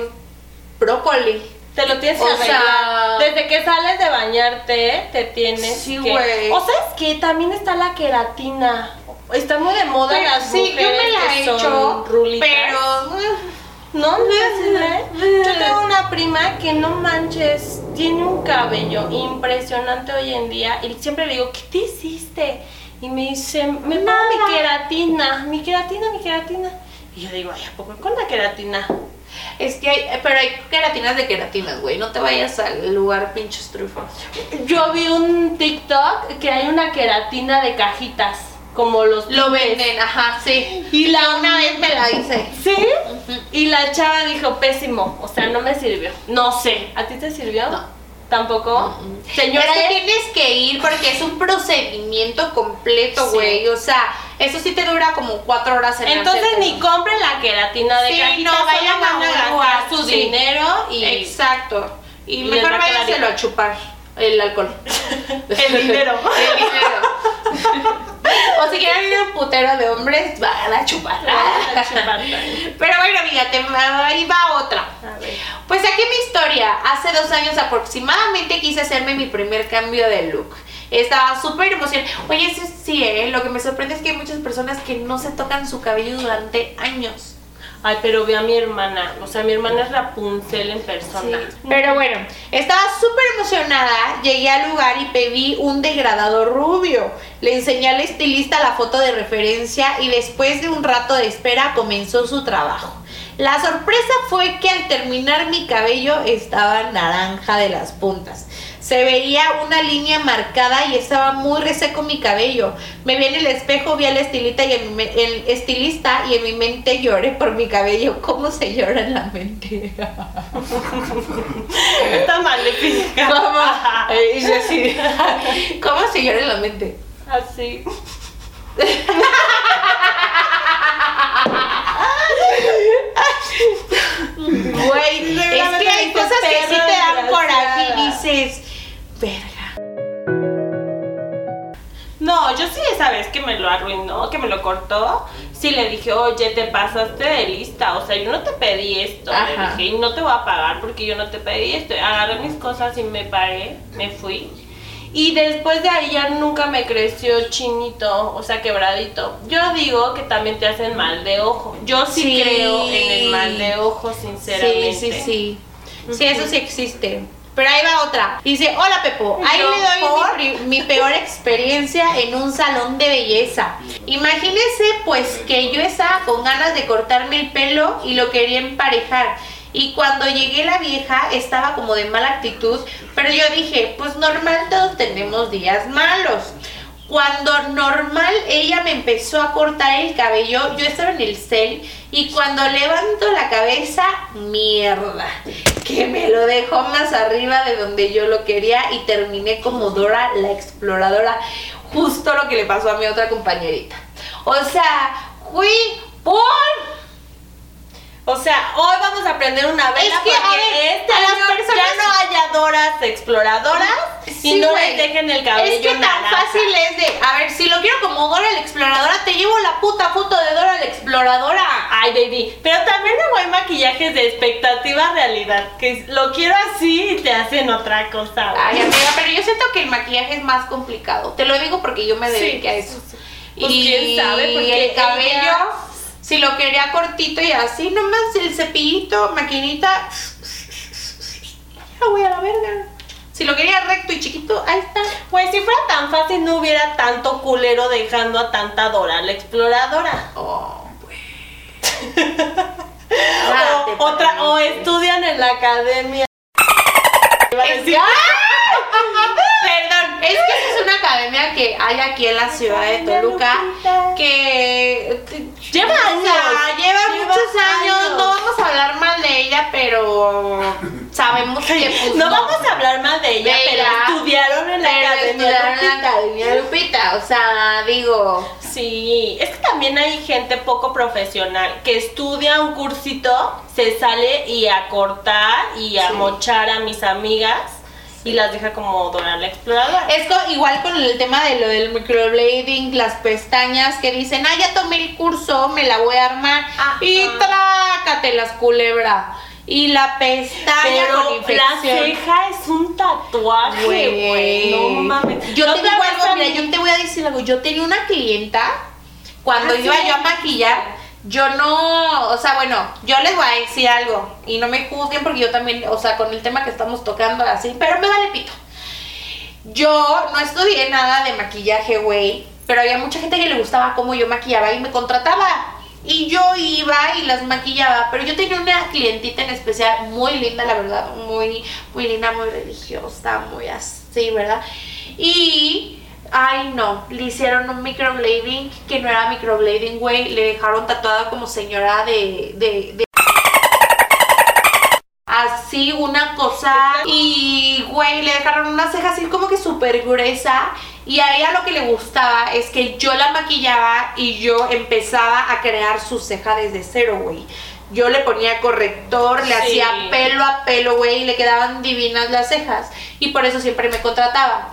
A: brócoli.
B: Te lo tienes
A: O
B: que arreglar.
A: sea-
B: Desde que sales de bañarte, te tienes
A: Sí,
B: que...
A: güey.
B: O sabes que también está la queratina. Está muy de moda
A: Pero
B: las
A: sí, yo me
B: mujeres
A: la
B: que
A: he
B: son
A: hecho,
B: rulitas.
A: pero. uh,
B: No, no es así, ¿eh? Yo tengo una prima que no manches, tiene un cabello impresionante hoy en día y siempre le digo, ¿qué te hiciste? Y me dice, me pongo mi queratina, mi queratina, mi queratina. Y yo digo, ay, ¿a poco con la queratina?
A: Es que hay, pero hay queratinas de queratinas, güey. No te vayas al lugar pinches trufas.
B: Yo vi un TikTok que hay una queratina de cajitas, como los
A: Lo
B: tintes.
A: venden, ajá, sí.
B: Y la
A: Una vez me la hice.
B: ¿Sí? Y la chava dijo, pésimo, o sea, no me sirvió. No sé, ¿a ti te sirvió?
A: No. Mm,
B: ¿Tampoco?
A: Es
B: Señora,
A: que
B: ya-
A: tienes que ir porque es un procedimiento completo,
B: Sí.
A: güey. O sea, eso sí te dura como cuatro horas en
B: entonces
A: hacértelo.
B: ni compren la queratina de
A: Sí,
B: cajita,
A: no,
B: solo
A: vayan a
B: van
A: un
B: gastar
A: lugar,
B: su
A: sí.
B: dinero y
A: Exacto. Y,
B: Y
A: mejor
B: les va a quedar
A: váyanselo
B: igual.
A: a chupar el alcohol.
B: el dinero.
A: El dinero. o si quieren ir a un putero de hombres, van a chupar.
B: Vayan a chupar.
A: Pero bueno, amiga, te, ahí va otra.
B: A ver.
A: Pues aquí mi historia. Hace dos años aproximadamente quise hacerme mi primer cambio de look. Estaba súper emocionada. Oye, sí, sí, ¿eh? lo que me sorprende es que hay muchas personas que no se tocan su cabello durante años.
B: Ay, pero ve a mi hermana, o sea, mi hermana es Rapunzel en persona.
A: Pero bueno, estaba súper emocionada. Llegué al lugar y pedí un degradador rubio. Le enseñé al estilista la foto de referencia y después de un rato de espera comenzó su trabajo. La sorpresa fue que al terminar mi cabello estaba naranja de las puntas. Se veía una línea marcada y estaba muy reseco mi cabello. Me vi en el espejo, vi al estilista y en mi me- el estilista y en mi mente lloré por mi cabello. ¿Cómo se llora en la mente?
B: Está maléfica.
A: ¿Cómo? Eh, Y yo así, ¿Cómo se llora en la mente?
B: Así.
A: Güey, es que hay
B: dices,
A: cosas que sí
B: "Perra
A: te dan coraje y
B: desgraciada".
A: dices, verga.
B: No, yo sí, sabes que me lo arruinó, que me lo cortó. sí le dije, oye, te pasaste de lista, o sea, yo no te pedí esto,
A: Ajá.
B: le dije, y no te voy a pagar porque yo no te pedí esto. Agarré mis cosas y me paré, me fui. Y después de ahí ya nunca me creció chinito, o sea, quebradito. Yo digo que también te hacen mal de ojo. Yo sí,
A: Sí.
B: creo en el mal de ojo, sinceramente.
A: Sí, sí, sí. Sí, eso sí existe. Pero ahí va otra. Dice, hola Pepo, ahí
B: Yo
A: le doy
B: por-
A: mi, pri- mi peor experiencia en un salón de belleza. Imagínese pues que yo estaba con ganas de cortarme el pelo y lo quería emparejar. Y cuando llegué la vieja estaba como de mala actitud, pero yo dije, pues normal todos tenemos días malos. Cuando normal ella me empezó a cortar el cabello, yo estaba en el cel y cuando levanto la cabeza, mierda, que me lo dejó más arriba de donde yo lo quería y terminé como Dora la exploradora, justo lo que le pasó a mi otra compañerita. O sea, fui por...
B: O sea, hoy vamos a aprender una vela
A: Es que, a
B: porque
A: ver,
B: este
A: a las
B: año
A: personas-
B: ya no hay adoras exploradoras y
A: Sí,
B: no
A: güey.
B: les dejen el cabello
A: Es que tan
B: naranja.
A: fácil es de, a ver, si lo quiero como Dora la exploradora, te llevo la puta foto de Dora la exploradora.
B: Ay, baby, pero también luego hay maquillajes de expectativa realidad, que es, lo quiero así y te hacen otra cosa. güey.
A: Ay, amiga, pero yo siento que el maquillaje es más complicado. Te lo digo porque yo me
B: Sí,
A: dediqué a eso.
B: sí, sí. Pues, quién sabe, porque
A: el cabello,
B: ella-
A: si lo quería cortito y así, nomás el cepillito, maquinita. Ya voy a la verga. Si lo quería recto y chiquito, ahí está.
B: Güey, si fuera tan fácil no hubiera tanto culero dejando a tanta Dora la exploradora.
A: Oh, pues.
B: O, otra, o estudian en la academia. Iba a
A: Es-
B: decir- ¡Ah!
A: Perdón, es que esa es una academia que hay aquí en la ciudad de Toluca que
B: Lleva
A: o sea,
B: años,
A: lleva,
B: lleva
A: muchos años.
B: años.
A: No vamos a hablar mal de ella, pero sabemos que pues,
B: No vamos a hablar más de ella,
A: De
B: pero
A: ella.
B: estudiaron en la
A: Pero
B: academia.
A: estudiaron en la
B: Lupita.
A: academia Lupita, o sea, digo,
B: Sí, es que también hay gente poco profesional que estudia un cursito, se sale y a cortar y a
A: Sí.
B: mochar a mis amigas y las deja como Dora la exploradora.
A: es co- igual con el tema de lo del microblading, las pestañas que dicen, ah, ya tomé el curso, me la voy a armar
B: Ajá.
A: y trácatelas, culebra. Y la pestaña
B: Pero
A: con
B: la
A: infección.
B: ceja es un tatuaje, güey. No mames.
A: Yo
B: ¿No
A: te
B: te
A: digo
B: acuerdas
A: algo,
B: a mí?
A: mira, yo te voy a decir algo. Yo tenía una clienta, cuando
B: Ah,
A: iba
B: sí.
A: yo a maquillar, yo no, o sea, bueno, yo les voy a decir algo y no me juzguen porque yo también, o sea, con el tema que estamos tocando así, pero me vale pito. Yo no estudié nada de maquillaje, güey, pero había mucha gente que le gustaba cómo yo maquillaba y me contrataba. Y yo iba y las maquillaba, pero yo tenía una clientita en especial muy linda, la verdad, muy, muy linda, muy religiosa, muy así, ¿verdad? Y, ay no, le hicieron un microblading que no era microblading, güey, le dejaron tatuada como señora de- de, de así una cosa y güey le dejaron una ceja así como que súper gruesa y a ella lo que le gustaba es que yo la maquillaba y yo empezaba a crear su ceja desde cero güey yo le ponía corrector, le
B: Sí.
A: hacía pelo a pelo, güey, y le quedaban divinas las cejas. Y por eso siempre me contrataba.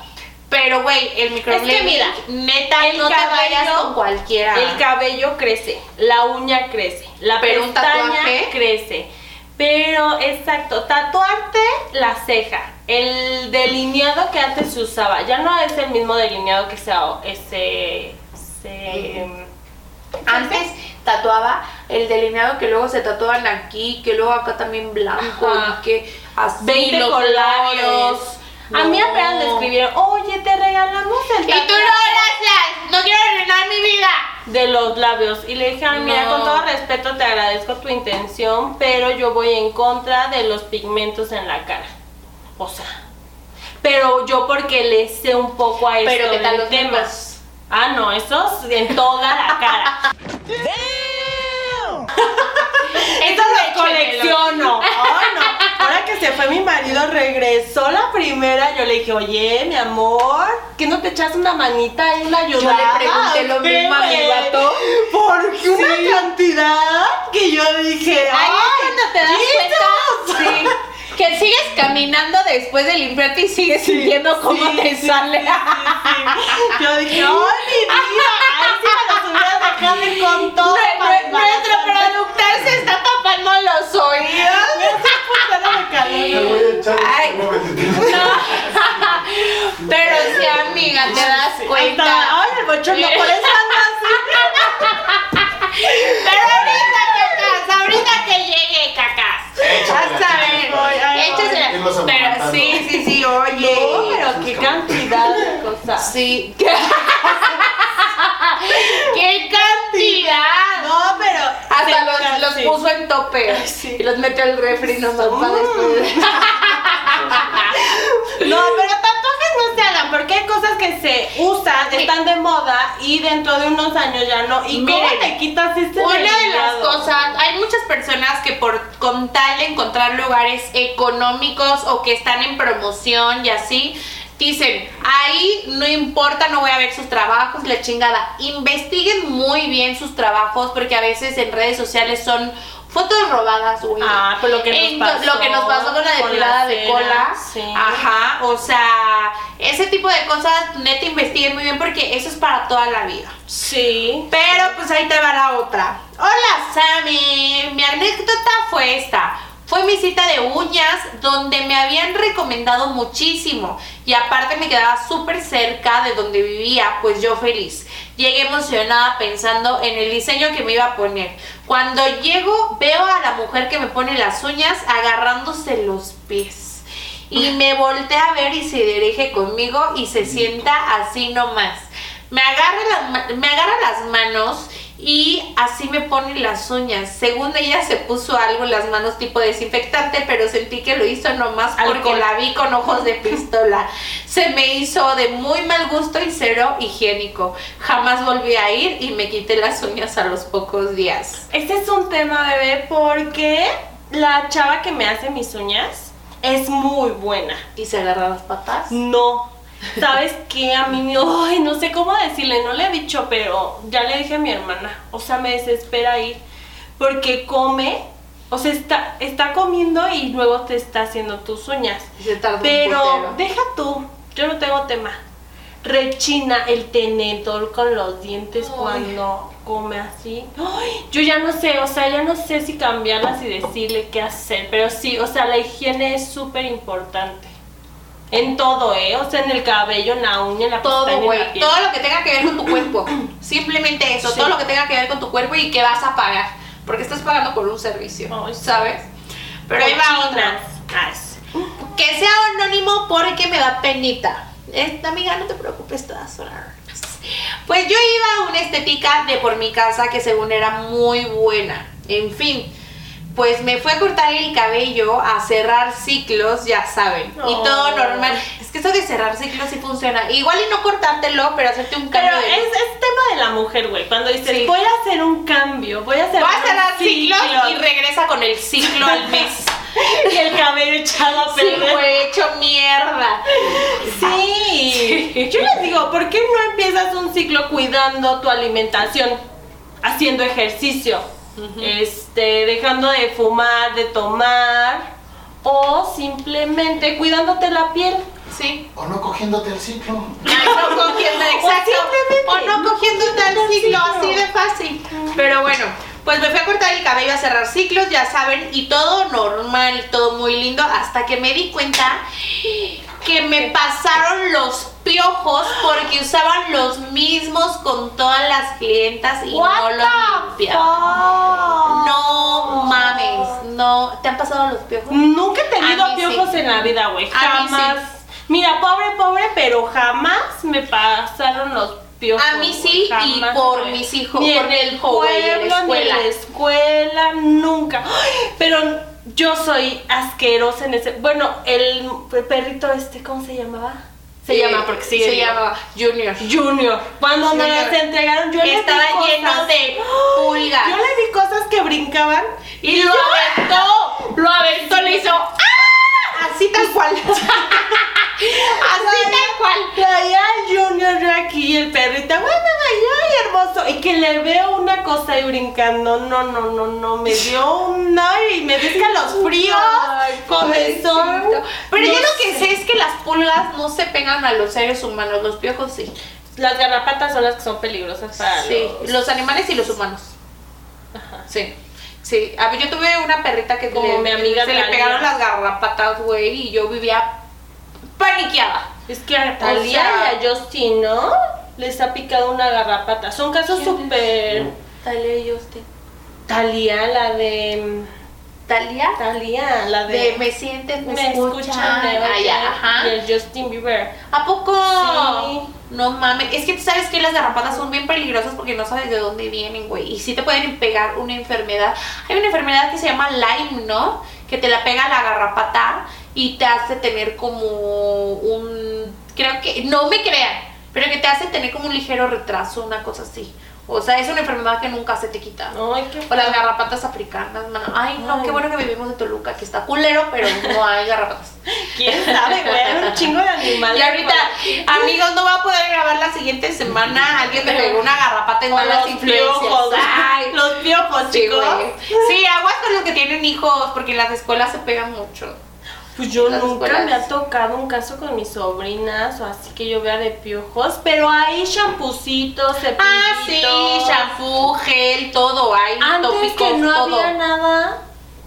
A: Pero, güey, el microblading,
B: mira,
A: neta,
B: el
A: no te
B: cabello-
A: vayas con cualquiera.
B: El cabello crece, la uña crece, la
A: Pero un
B: pestaña
A: tatuaje.
B: crece. Pero, exacto, tatuarte la ceja, el delineado que antes se usaba, ya no es el mismo delineado que se... Ese, se
A: Mm. Antes tatuaba el delineado que luego se tatuaban aquí, que luego acá también blanco
B: Ajá.
A: y que así
B: 20
A: los
B: colarios. A mí apenas me escribieron, oye, te regalamos el
A: Y tú no,
B: tatuaje
A: gracias, no quiero arruinar mi vida.
B: de los labios. Y le dije, "Ay, mira,
A: No.
B: con todo respeto te agradezco tu intención, pero yo voy en contra de los pigmentos en la cara. O sea, pero yo porque le sé un poco a esto
A: Pero ¿qué tal
B: del
A: los
B: tema.
A: mocos?
B: Ah, no, esos en toda la cara. Eso lo colecciono. Ay, no. Ahora que se fue mi marido, regresó la primera. Yo le dije, oye, mi amor, ¿qué no te echas una manita ahí, una
A: Yo
B: ayudada?
A: le pregunté lo
B: ¿Qué,
A: mismo a mi
B: güey?
A: gato.
B: Porque una cantidad que yo dije, ay,
A: Ahí es cuando te das
B: Jesus".
A: cuenta sí, que sigues caminando después del imprenta y sigues sintiendo cómo
B: sí,
A: te
B: sí,
A: sale.
B: sí, sí. Yo dije, ay, mi vida, ay, si me las hubieras
A: acabe con todo.
B: Nue- nue- nuestro productor se está tapando los oídos.
C: Te voy a echar
A: Ay.
C: un momentito.
A: Pero sí, amiga, te das cuenta.
B: Hasta- Ay, el bochorno, por eso anda
A: Pero ahorita, cacas, ahorita que llegue, cacas. Este
B: así. Hasta ver, voy, ay,
A: Échasela.
C: Y los
A: Pero
C: amamantando.
A: sí, sí, sí, oye.
B: voy. No, pero qué cantidad de cosas.
A: Sí. ¡Qué cantidad!
B: No, pero.
A: Hasta
B: se-
A: los, los
B: sí.
A: puso en tope.
B: sí.
A: Y los metió al refri nomás para
B: Mm.
A: después.
B: No, pero tatuajes no se hagan porque hay cosas que se usan, están de moda y dentro de unos años ya no. ¿Y
A: Miren,
B: cómo te quitas este
A: Una de las
B: delineado?
A: cosas, hay muchas personas que por con tal de encontrar lugares económicos o que están en promoción y así, dicen, ahí no importa, no voy a ver sus trabajos, la chingada. Investiguen muy bien sus trabajos porque a veces en redes sociales son fotos robadas, güey.
B: Ah, pues lo que nos
A: Ento-
B: pasó
A: lo que nos pasó con la
B: con
A: depilada
B: la
A: de
B: cera,
A: cola.
B: sí.
A: Ajá, o sea, ese tipo de cosas, neta, investiguen muy bien porque eso es para toda la vida.
B: Sí.
A: Pero pues ahí te va la otra. Hola Sammy, mi anécdota fue esta. Fue mi cita de uñas donde me habían recomendado muchísimo y aparte me quedaba súper cerca de donde vivía, pues yo feliz. Llegué emocionada pensando en el diseño que me iba a poner. Cuando llego veo a la mujer que me pone las uñas agarrándose los pies y me voltea a ver y se dirige conmigo y se sienta así nomás. Me agarra, las ma- me agarra las manos y así me pone las uñas. Según ella se puso algo en las manos tipo desinfectante, pero sentí que lo hizo nomás porque
B: Alcohol.
A: la vi con ojos de pistola. Se me hizo de muy mal gusto y cero higiénico. Jamás volví a ir y me quité las uñas a los pocos días.
B: Este es un tema, bebé, porque la chava que me hace mis uñas es muy buena.
A: ¿Y se agarra las patas?
B: Mm. No. ¿Sabes qué? A mí, ay, no sé cómo decirle, no le he dicho, pero ya le dije a mi hermana. O sea, me desespera ir. Porque come, o sea, está, está comiendo y luego te está haciendo tus uñas.
A: Y se tarda un
B: Pero
A: putero.
B: deja tú, yo no tengo tema. Rechina el tenedor con los dientes
A: Ay.
B: cuando come así. Ay, yo ya no sé, o sea, ya no sé si cambiarlas y decirle qué hacer. Pero sí, o sea, la higiene es súper importante. En todo, ¿eh? O sea, en el cabello, en la uña, en la
A: Todo,
B: pestaña, en la
A: güey.
B: piel.
A: Todo lo que tenga que ver con tu cuerpo. Simplemente eso.
B: Sí.
A: Todo lo que tenga que ver con tu cuerpo y que vas a pagar. Porque estás pagando por un servicio.
B: Ay, sí.
A: ¿Sabes? Pero ahí va otra.
B: Cochinas. Ay, Ah, sí.
A: Que sea anónimo porque me da penita. Esta amiga, no te preocupes, todas son anónimas. Pues yo iba a una estética de por mi casa que según era muy buena. En fin, pues me fue a cortar el cabello, a cerrar ciclos, ya saben. Y todo
B: Oh.
A: normal. Es que eso de cerrar ciclos sí funciona. Igual y no cortártelo, pero hacerte un cambio
B: Pero
A: de...
B: es, es tema de la mujer, güey. Cuando dices,
A: Sí.
B: voy a hacer un cambio, voy a hacer
A: Vas
B: un
A: a dar ciclos
B: ciclo".
A: y regresa con el ciclo al mes.
B: Y el cabello echado a
A: Sí,
B: perder.
A: güey, hecho mierda.
B: Sí. Yo les digo, ¿por qué no empiezas un ciclo cuidando tu alimentación, haciendo ejercicio, este, dejando de fumar, de tomar, o simplemente cuidándote la piel?
A: Sí.
C: O no cogiéndote el ciclo.
A: Ay, no cogiendo, exacto. O no cogiendo tal ciclo, así de fácil. Pero bueno, pues me fui a cortar el cabello, a cerrar ciclos, ya saben, y todo normal, todo muy lindo, hasta que me di cuenta que me pasaron los piojos porque usaban los mismos con todas las clientas y no los limpiaban. No mames, no. ¿Te han pasado los piojos?
B: Nunca
A: A
B: he
A: mí
B: tenido piojos
A: sí.
B: en la vida, güey.
A: A mí sí.
B: Jamás. Mira, pobre, pobre, pero jamás me pasaron los piojos.
A: A mí sí,
B: güey.
A: y
B: Jamás,
A: por
B: güey.
A: mis hijos,
B: Ni
A: por
B: en
A: mi
B: el
A: hijo, güey, en la
B: pueblo, ni en la escuela, nunca. ¡Ay! Pero yo soy asquerosa en ese. Bueno, el perrito este, ¿cómo se llamaba? Se
A: Eh,
B: llama porque sigue.
A: Se
B: vivo.
A: llamaba Junior.
B: Junior. Cuando me
A: Junior.
B: las entregaron, yo le vi
A: Estaba lleno
B: cosas.
A: de pulgas.
B: Yo le vi cosas que brincaban
A: Y lo
B: yo-
A: aventó. Lo aventó, le hizo. ¡Ah! Así tal cual. Así tal cual.
B: Traía al Junior yo aquí y el perrito, ¡guau, guau, guau! ¡ay, hermoso! Y que le veo una cosa ahí brincando, no, no, no, no, me dio un ay, me dio los fríos,
A: Ay,
B: comenzó.
A: pobrecito. Pero
B: No
A: yo lo que
B: sé.
A: sé es que las pulgas no se pegan a los seres humanos, los piojos sí.
B: Las garrapatas son las que son peligrosas para
A: Sí,
B: los-
A: los animales y los humanos. Sí. Sí, a mí yo tuve una perrita que
B: Como
A: le-
B: mi amiga
A: se le
B: Talía.
A: pegaron las garrapatas, güey, y yo vivía paniqueada.
B: Es que a
A: Talía
B: Talia y a Justin, ¿no? Les ha picado una garrapata. Son casos
A: ¿Quién es?
B: súper...
A: Talia y Justin.
B: Talía, la de...
A: Talia,
B: Talía, la de...
A: de me sienten, me,
B: me
A: escuchan.
B: escuchan, me
A: Ah, ya,
B: oyen,
A: ajá.
B: del Justin Bieber.
A: ¿A poco?
B: Sí.
A: No mames, es que tú sabes que las garrapatas son bien peligrosas porque no sabes de dónde vienen, güey. Y sí te pueden pegar una enfermedad. Hay una enfermedad que se llama Lyme, ¿no? Que te la pega la garrapata y te hace tener como un... Creo que... No me crean, pero que te hace tener como un ligero retraso, una cosa así. O sea, es una enfermedad que nunca se te quita.
B: Ay, qué
A: O las garrapatas africanas, man. Ay, no, qué bueno que vivimos en Toluca, que está culero, pero no hay garrapatas.
B: ¿Quién sabe, güey? Hay un chingo de animales.
A: Y ahorita, amigos, no va a poder grabar la siguiente semana. Alguien me pegó una garrapata en
B: con
A: malas
B: los
A: influencias.
B: piojos.
A: Ay,
B: Los piojos,
A: sí,
B: chicos.
A: güey. Sí, aguas con los que tienen hijos, porque en las escuelas se pegan mucho.
B: Pues yo
A: Las
B: nunca
A: escuelas.
B: me ha tocado un caso con mis sobrinas o así que yo vea de piojos, pero hay champucitos, cepillitos.
A: Ah, sí, shampoo, gel, todo hay.
B: Antes
A: tópicos,
B: que no
A: todo.
B: había nada,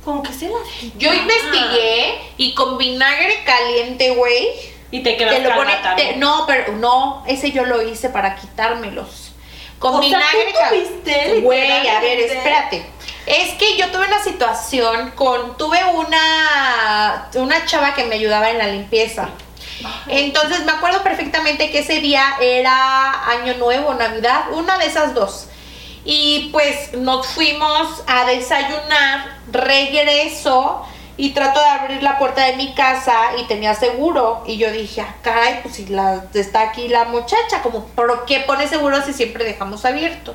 B: ¿con qué se las quitaba?
A: Yo investigué y con vinagre caliente, güey,
B: Y te quedas
A: te lo
B: calma
A: pone,
B: también.
A: te- no, pero no, ese yo lo hice para quitármelos. Con
B: O sea,
A: vinagre
B: ¿tú
A: cal-
B: tuviste
A: Güey, a ver,
B: literalmente?
A: espérate. Es que yo tuve una situación con tuve una una chava que me ayudaba en la limpieza. Entonces me acuerdo perfectamente que ese día era Año Nuevo, Navidad, una de esas dos. Y pues nos fuimos a desayunar, regreso y trato de abrir la puerta de mi casa y tenía seguro. Y yo dije, ah, caray, pues si la, está aquí la muchacha, como, ¿por qué pone seguro si siempre dejamos abierto?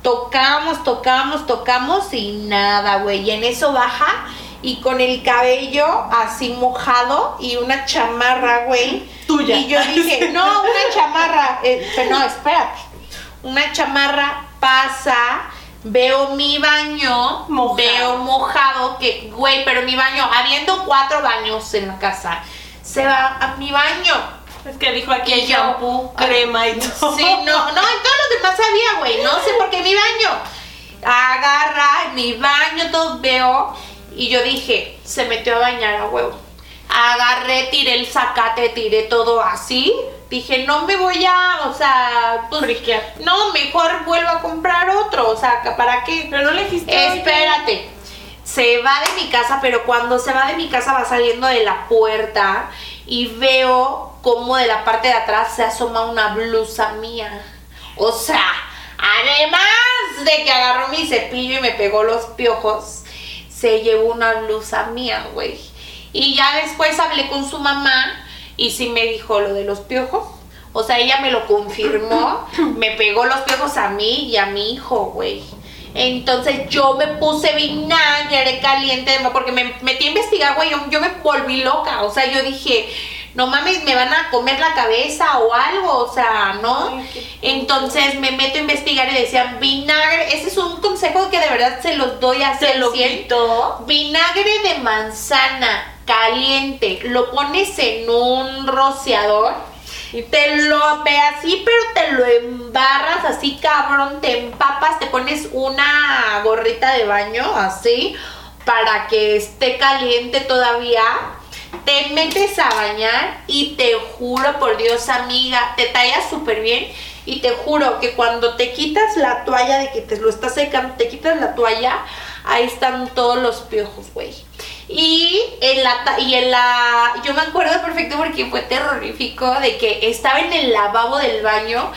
A: Tocamos, tocamos, tocamos y nada, güey. Y en eso baja y con el cabello así mojado y una chamarra, güey.
B: Tuya.
A: Y yo dije, no, una chamarra. eh, pero no, espérate. Una chamarra pasa, veo mi baño,
B: Mojado.
A: veo mojado, que, güey, pero mi baño, habiendo cuatro baños en la casa, se va a mi baño.
B: Es que dijo aquí
A: Y yo-
B: shampoo, crema y todo.
A: Sí, no, no, en todos los demás había, güey. No sé por qué mi baño. Agarra mi baño, todo veo. Y yo dije, se metió a bañar a huevo. Agarré, tiré el zacate, tiré todo así. Dije, no me voy a, o sea, pues,
B: Friquear.
A: no, mejor vuelvo a comprar otro. O sea, que ¿para qué?
B: Pero no le dijiste. oye,
A: Espérate. Se va de mi casa, pero cuando se va de mi casa va saliendo de la puerta y veo como de la parte de atrás se asoma una blusa mía. O sea, además de que agarró mi cepillo y me pegó los piojos, se llevó una blusa mía, güey. Y ya después hablé con su mamá y sí me dijo lo de los piojos. O sea, ella me lo confirmó, me pegó los piojos a mí y a mi hijo, güey. Entonces yo me puse vinagre caliente porque me metí a investigar, güey. Yo, yo me volví loca. O sea, yo dije, no mames, me van a comer la cabeza o algo. O sea, ¿no?
B: Ay, qué
A: Entonces me meto a investigar y decían vinagre. Ese es un consejo que de verdad se los doy a
B: Se lo
A: 100%.
B: quitó.
A: Vinagre de manzana caliente, lo pones en un rociador y te lo ve así, pero te lo embarras así, cabrón, te empapas, te pones una gorrita de baño así para que esté caliente todavía. Te metes a bañar y te juro por Dios, amiga, te tallas súper bien y te juro que cuando te quitas la toalla de que te lo estás secando, te quitas la toalla, ahí están todos los piojos, güey. Y en la ta- y en la yo me acuerdo perfecto porque fue terrorífico de que estaba en el lavabo del baño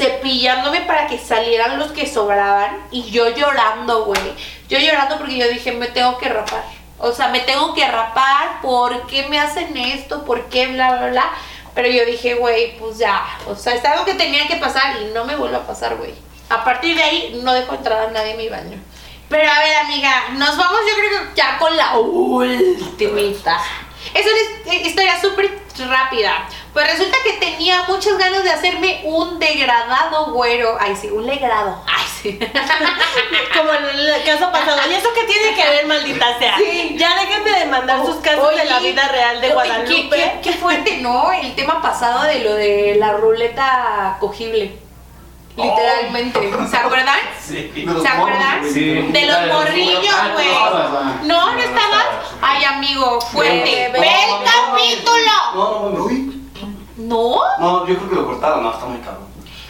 A: cepillándome para que salieran los que sobraban y yo llorando, güey. Yo llorando porque yo dije, "Me tengo que rapar." O sea, me tengo que rapar, ¿por qué me hacen esto? ¿Por qué bla bla bla? Pero yo dije, güey, pues ya, o sea, es algo que tenía que pasar y no me vuelve a pasar, güey. A partir de ahí no dejo entrar a nadie en mi baño. Pero a ver, amiga, nos vamos yo creo que ya con la ultimita. Es una his- historia súper rápida. Pues resulta que tenía muchas ganas de hacerme un degradado güero. Ay, sí, un legrado. Ay, sí.
B: Como en el caso pasado. ¿Y eso que tiene tiene que ver, maldita sea.
A: Sí.
B: Ya déjenme de mandar sus casos
A: Oye,
B: de la vida real de
A: oye,
B: Guadalupe.
A: Qué, qué- qué fuerte, ¿no? El tema pasado de lo de la ruleta cogible. Literalmente. ¿Se acuerdan?
C: ¿Se
A: ¿Se acuerdan? De los morrillos, güey. No, no estabas. Ay, amigo, fuerte.
E: Ve,
A: ¡Ve
E: ve, ve.
A: el capítulo!
C: No, no, no, uy.
A: ¿No?
C: No, yo creo que lo cortaron, no, está muy cabrón.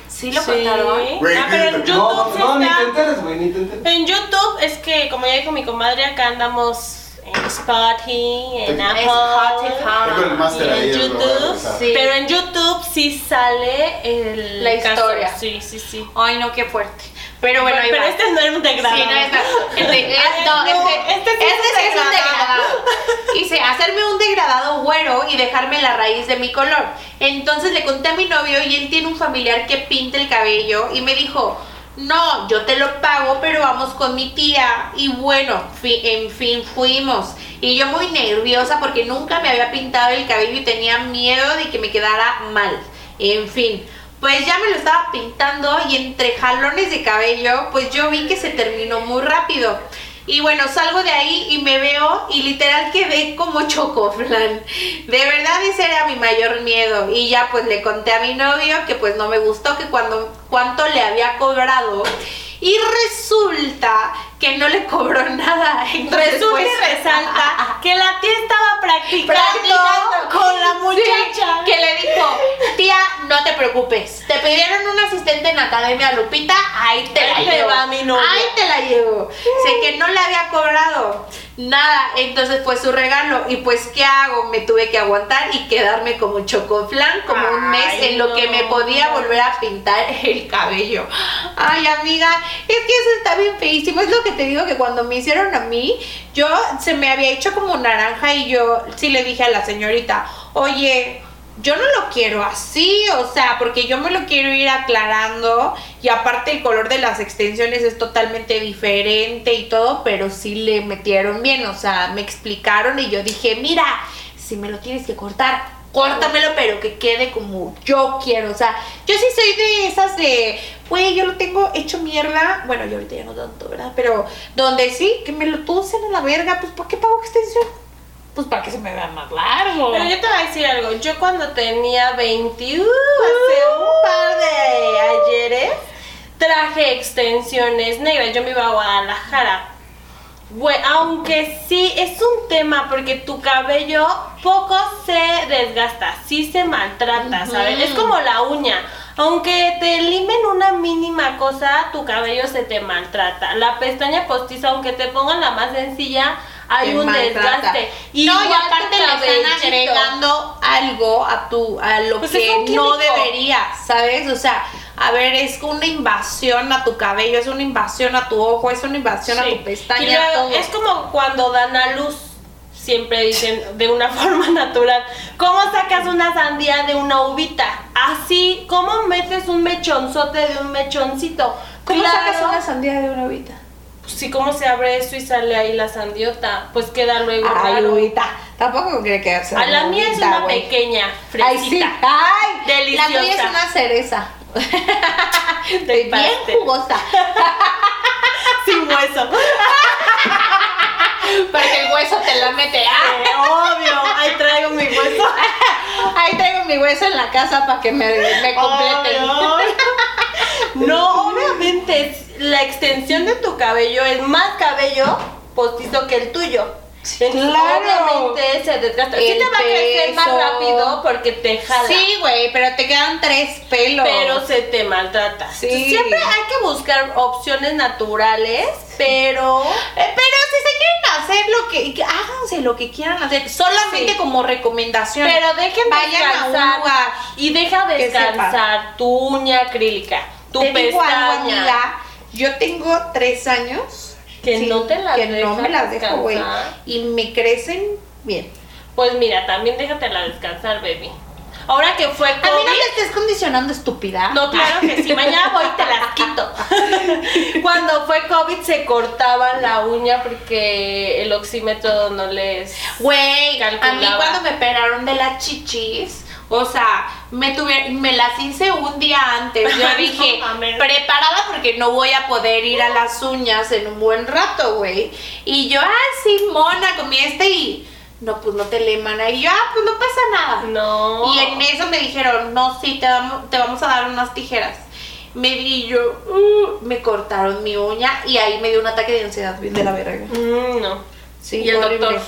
A: Sí, lo contaron.
C: Güey,
B: Ah, pero en
C: no, no,
B: YouTube sí
C: ni
B: está.
C: te enteres, güey, ni te enteres.
B: En YouTube es que, como ya dijo mi comadre, acá andamos en Spotify, en
C: Es
B: Apple,
A: Spotify.
C: Es con el máster
B: y en
C: ahí, es lo que va a
B: YouTube.
C: revisar.
A: Sí.
B: Pero en YouTube sí sale el
A: La
B: caso.
A: historia.
B: Sí, sí, sí.
A: Ay, no, qué fuerte. Pero bueno, ahí
B: pero
A: va.
B: este no era un
A: Sí,
B: degrado.
A: no está. Este,
B: Ah,
A: eh, no,
B: no,
A: este,
B: este sí
A: este
B: es
A: sí es un
B: degradado.
A: degradado. Hice hacerme un degradado güero y dejarme la raíz de mi color. Entonces le conté a mi novio y él tiene un familiar que pinta el cabello y me dijo, no, yo te lo pago, pero vamos con mi tía. Y bueno, fi- en fin, fuimos. Y yo muy nerviosa porque nunca me había pintado el cabello y tenía miedo de que me quedara mal. En fin, pues ya me lo estaba pintando y entre jalones de cabello, pues yo vi que se terminó muy rápido. Y bueno, salgo de ahí y me veo y literal quedé como chocoflan. De verdad ese era mi mayor miedo. Y ya pues le conté a mi novio que pues no me gustó, que cuando cuánto le había cobrado. Y resulta que no le cobró nada. Entonces,
B: Resulta
A: pues,
B: y resalta que la tía estaba practicando,
A: practicando
B: con la
A: Sí,
B: muchacha.
A: que le dijo, tía, no te preocupes, te pidieron un asistente en Academia Lupita, ahí te la
B: Ahí te
A: llevo.
B: va mi novia.
A: Ahí te la llevo. Sé que no le había cobrado nada, entonces fue su regalo y pues ¿qué hago? Me tuve que aguantar y quedarme como chocoflan como un mes
B: Ay,
A: en lo que me
B: no.
A: podía volver a pintar el cabello. Ay, amiga, es que eso está bien feísimo. Es lo que te digo que cuando me hicieron a mí, yo se me había hecho como naranja y yo sí le dije a la señorita, oye, yo no lo quiero así, o sea, porque yo me lo quiero ir aclarando y aparte el color de las extensiones es totalmente diferente y todo, pero sí le metieron bien, o sea, me explicaron y yo dije, mira, si me lo tienes que cortar, córtamelo, pero que quede como yo quiero. O sea, yo sí soy de esas de, güey, yo lo tengo hecho mierda. Bueno, yo ahorita ya no tanto, ¿verdad? Pero donde sí, que me lo tucen a la verga, pues ¿por qué pago extensión? Pues para que se me vea más largo.
B: Pero yo te voy a decir algo. Yo cuando tenía 21, hace un par de ayeres, traje extensiones negras. Yo me iba a Guadalajara. Güey, aunque sí es un tema porque tu cabello poco se desgasta, sí se maltrata, ¿sabes? Es como la uña. Aunque te limen una mínima cosa, tu cabello se te maltrata. La pestaña postiza, aunque te pongan la más sencilla, hay
A: Te
B: un
A: maltrata.
B: desgaste.
A: no, y
B: Igual tu
A: aparte le están
B: cabellito.
A: agregando algo a tu a lo
B: Pues es un
A: que
B: químico.
A: no debería, ¿sabes? O sea, a ver, es una invasión a tu cabello, es una invasión a tu ojo, es una invasión a
B: Sí.
A: tu pestaña,
B: Y luego,
A: todo.
B: Es como cuando dan a luz, siempre dicen de una forma natural. ¿Cómo sacas una sandía de una uvita? Así, ¿cómo metes un mechonzote de un mechoncito?
A: ¿Cómo
B: Claro,
A: sacas una sandía de una uvita?
B: Sí, ¿cómo se abre eso y sale ahí la sandiota? Pues queda luego
A: Ay,
B: raro.
A: uvita. Tampoco cree que sea
B: A la
A: una
B: mía es
A: uvita,
B: una
A: güey.
B: pequeña,
A: Ay, sí.
B: fresita.
A: Ay,
B: Deliciosa.
A: La tuya es una cereza.
B: Te
A: Bien
B: pasaste.
A: jugosa.
B: Sin hueso.
A: Para que el hueso te la mete. ¡Ah!
B: Eh, obvio, ahí traigo mi hueso.
A: Ahí traigo mi hueso en la casa para que me, me completen.
B: Ay, ay. No, obviamente es- la extensión de tu cabello es más cabello postizo que el tuyo. Entonces,
A: claro.
B: Obviamente se desgasta. Sí
A: El
B: te va a crecer más
A: peso.
B: rápido porque te jala.
A: Sí, güey, pero te quedan tres pelos.
B: Pero se te maltrata.
A: Sí.
B: Entonces, Siempre hay que buscar opciones naturales, pero
A: Eh, pero si se quieren hacer lo que, que háganse lo que quieran hacer, solamente
B: Sí.
A: como recomendación.
B: Pero dejen
A: Vayan a un
B: descansar
A: lugar
B: y deja
A: que
B: descansar tu uña acrílica, tu
A: te digo algo,
B: pestaña.
A: amiga, yo tengo tres años
B: Que no te las
A: que no
B: dejas
A: me las dejo, güey,
B: descansar.
A: y me crecen bien.
B: Pues mira, también déjatela descansar, baby. Ahora que fue
A: A mí no me
B: COVID,
A: estés condicionando, estúpida.
B: no, claro que sí, mañana voy y te las quito. Cuando fue COVID se cortaban la uña porque el oxímetro no les...
A: Güey, a mí
B: Calculaba.
A: cuando me operaron de las chichis, O sea, me, tuve, me las hice un día antes. Yo dije,
B: mames.
A: preparada porque no voy a poder ir a las uñas en un buen rato, güey. Y yo, ah, sí, mona, comí este y... No, pues no te le mana. Y yo, ah, pues no pasa nada.
B: No.
A: Y en eso me dijeron, no, sí, te vamos, te vamos a dar unas tijeras. Me di yo, "Uh", me cortaron mi uña y ahí me dio un ataque de ansiedad bien de la verga.
B: Mm, no.
A: Sí,
B: y el
A: horrible.
B: doctor.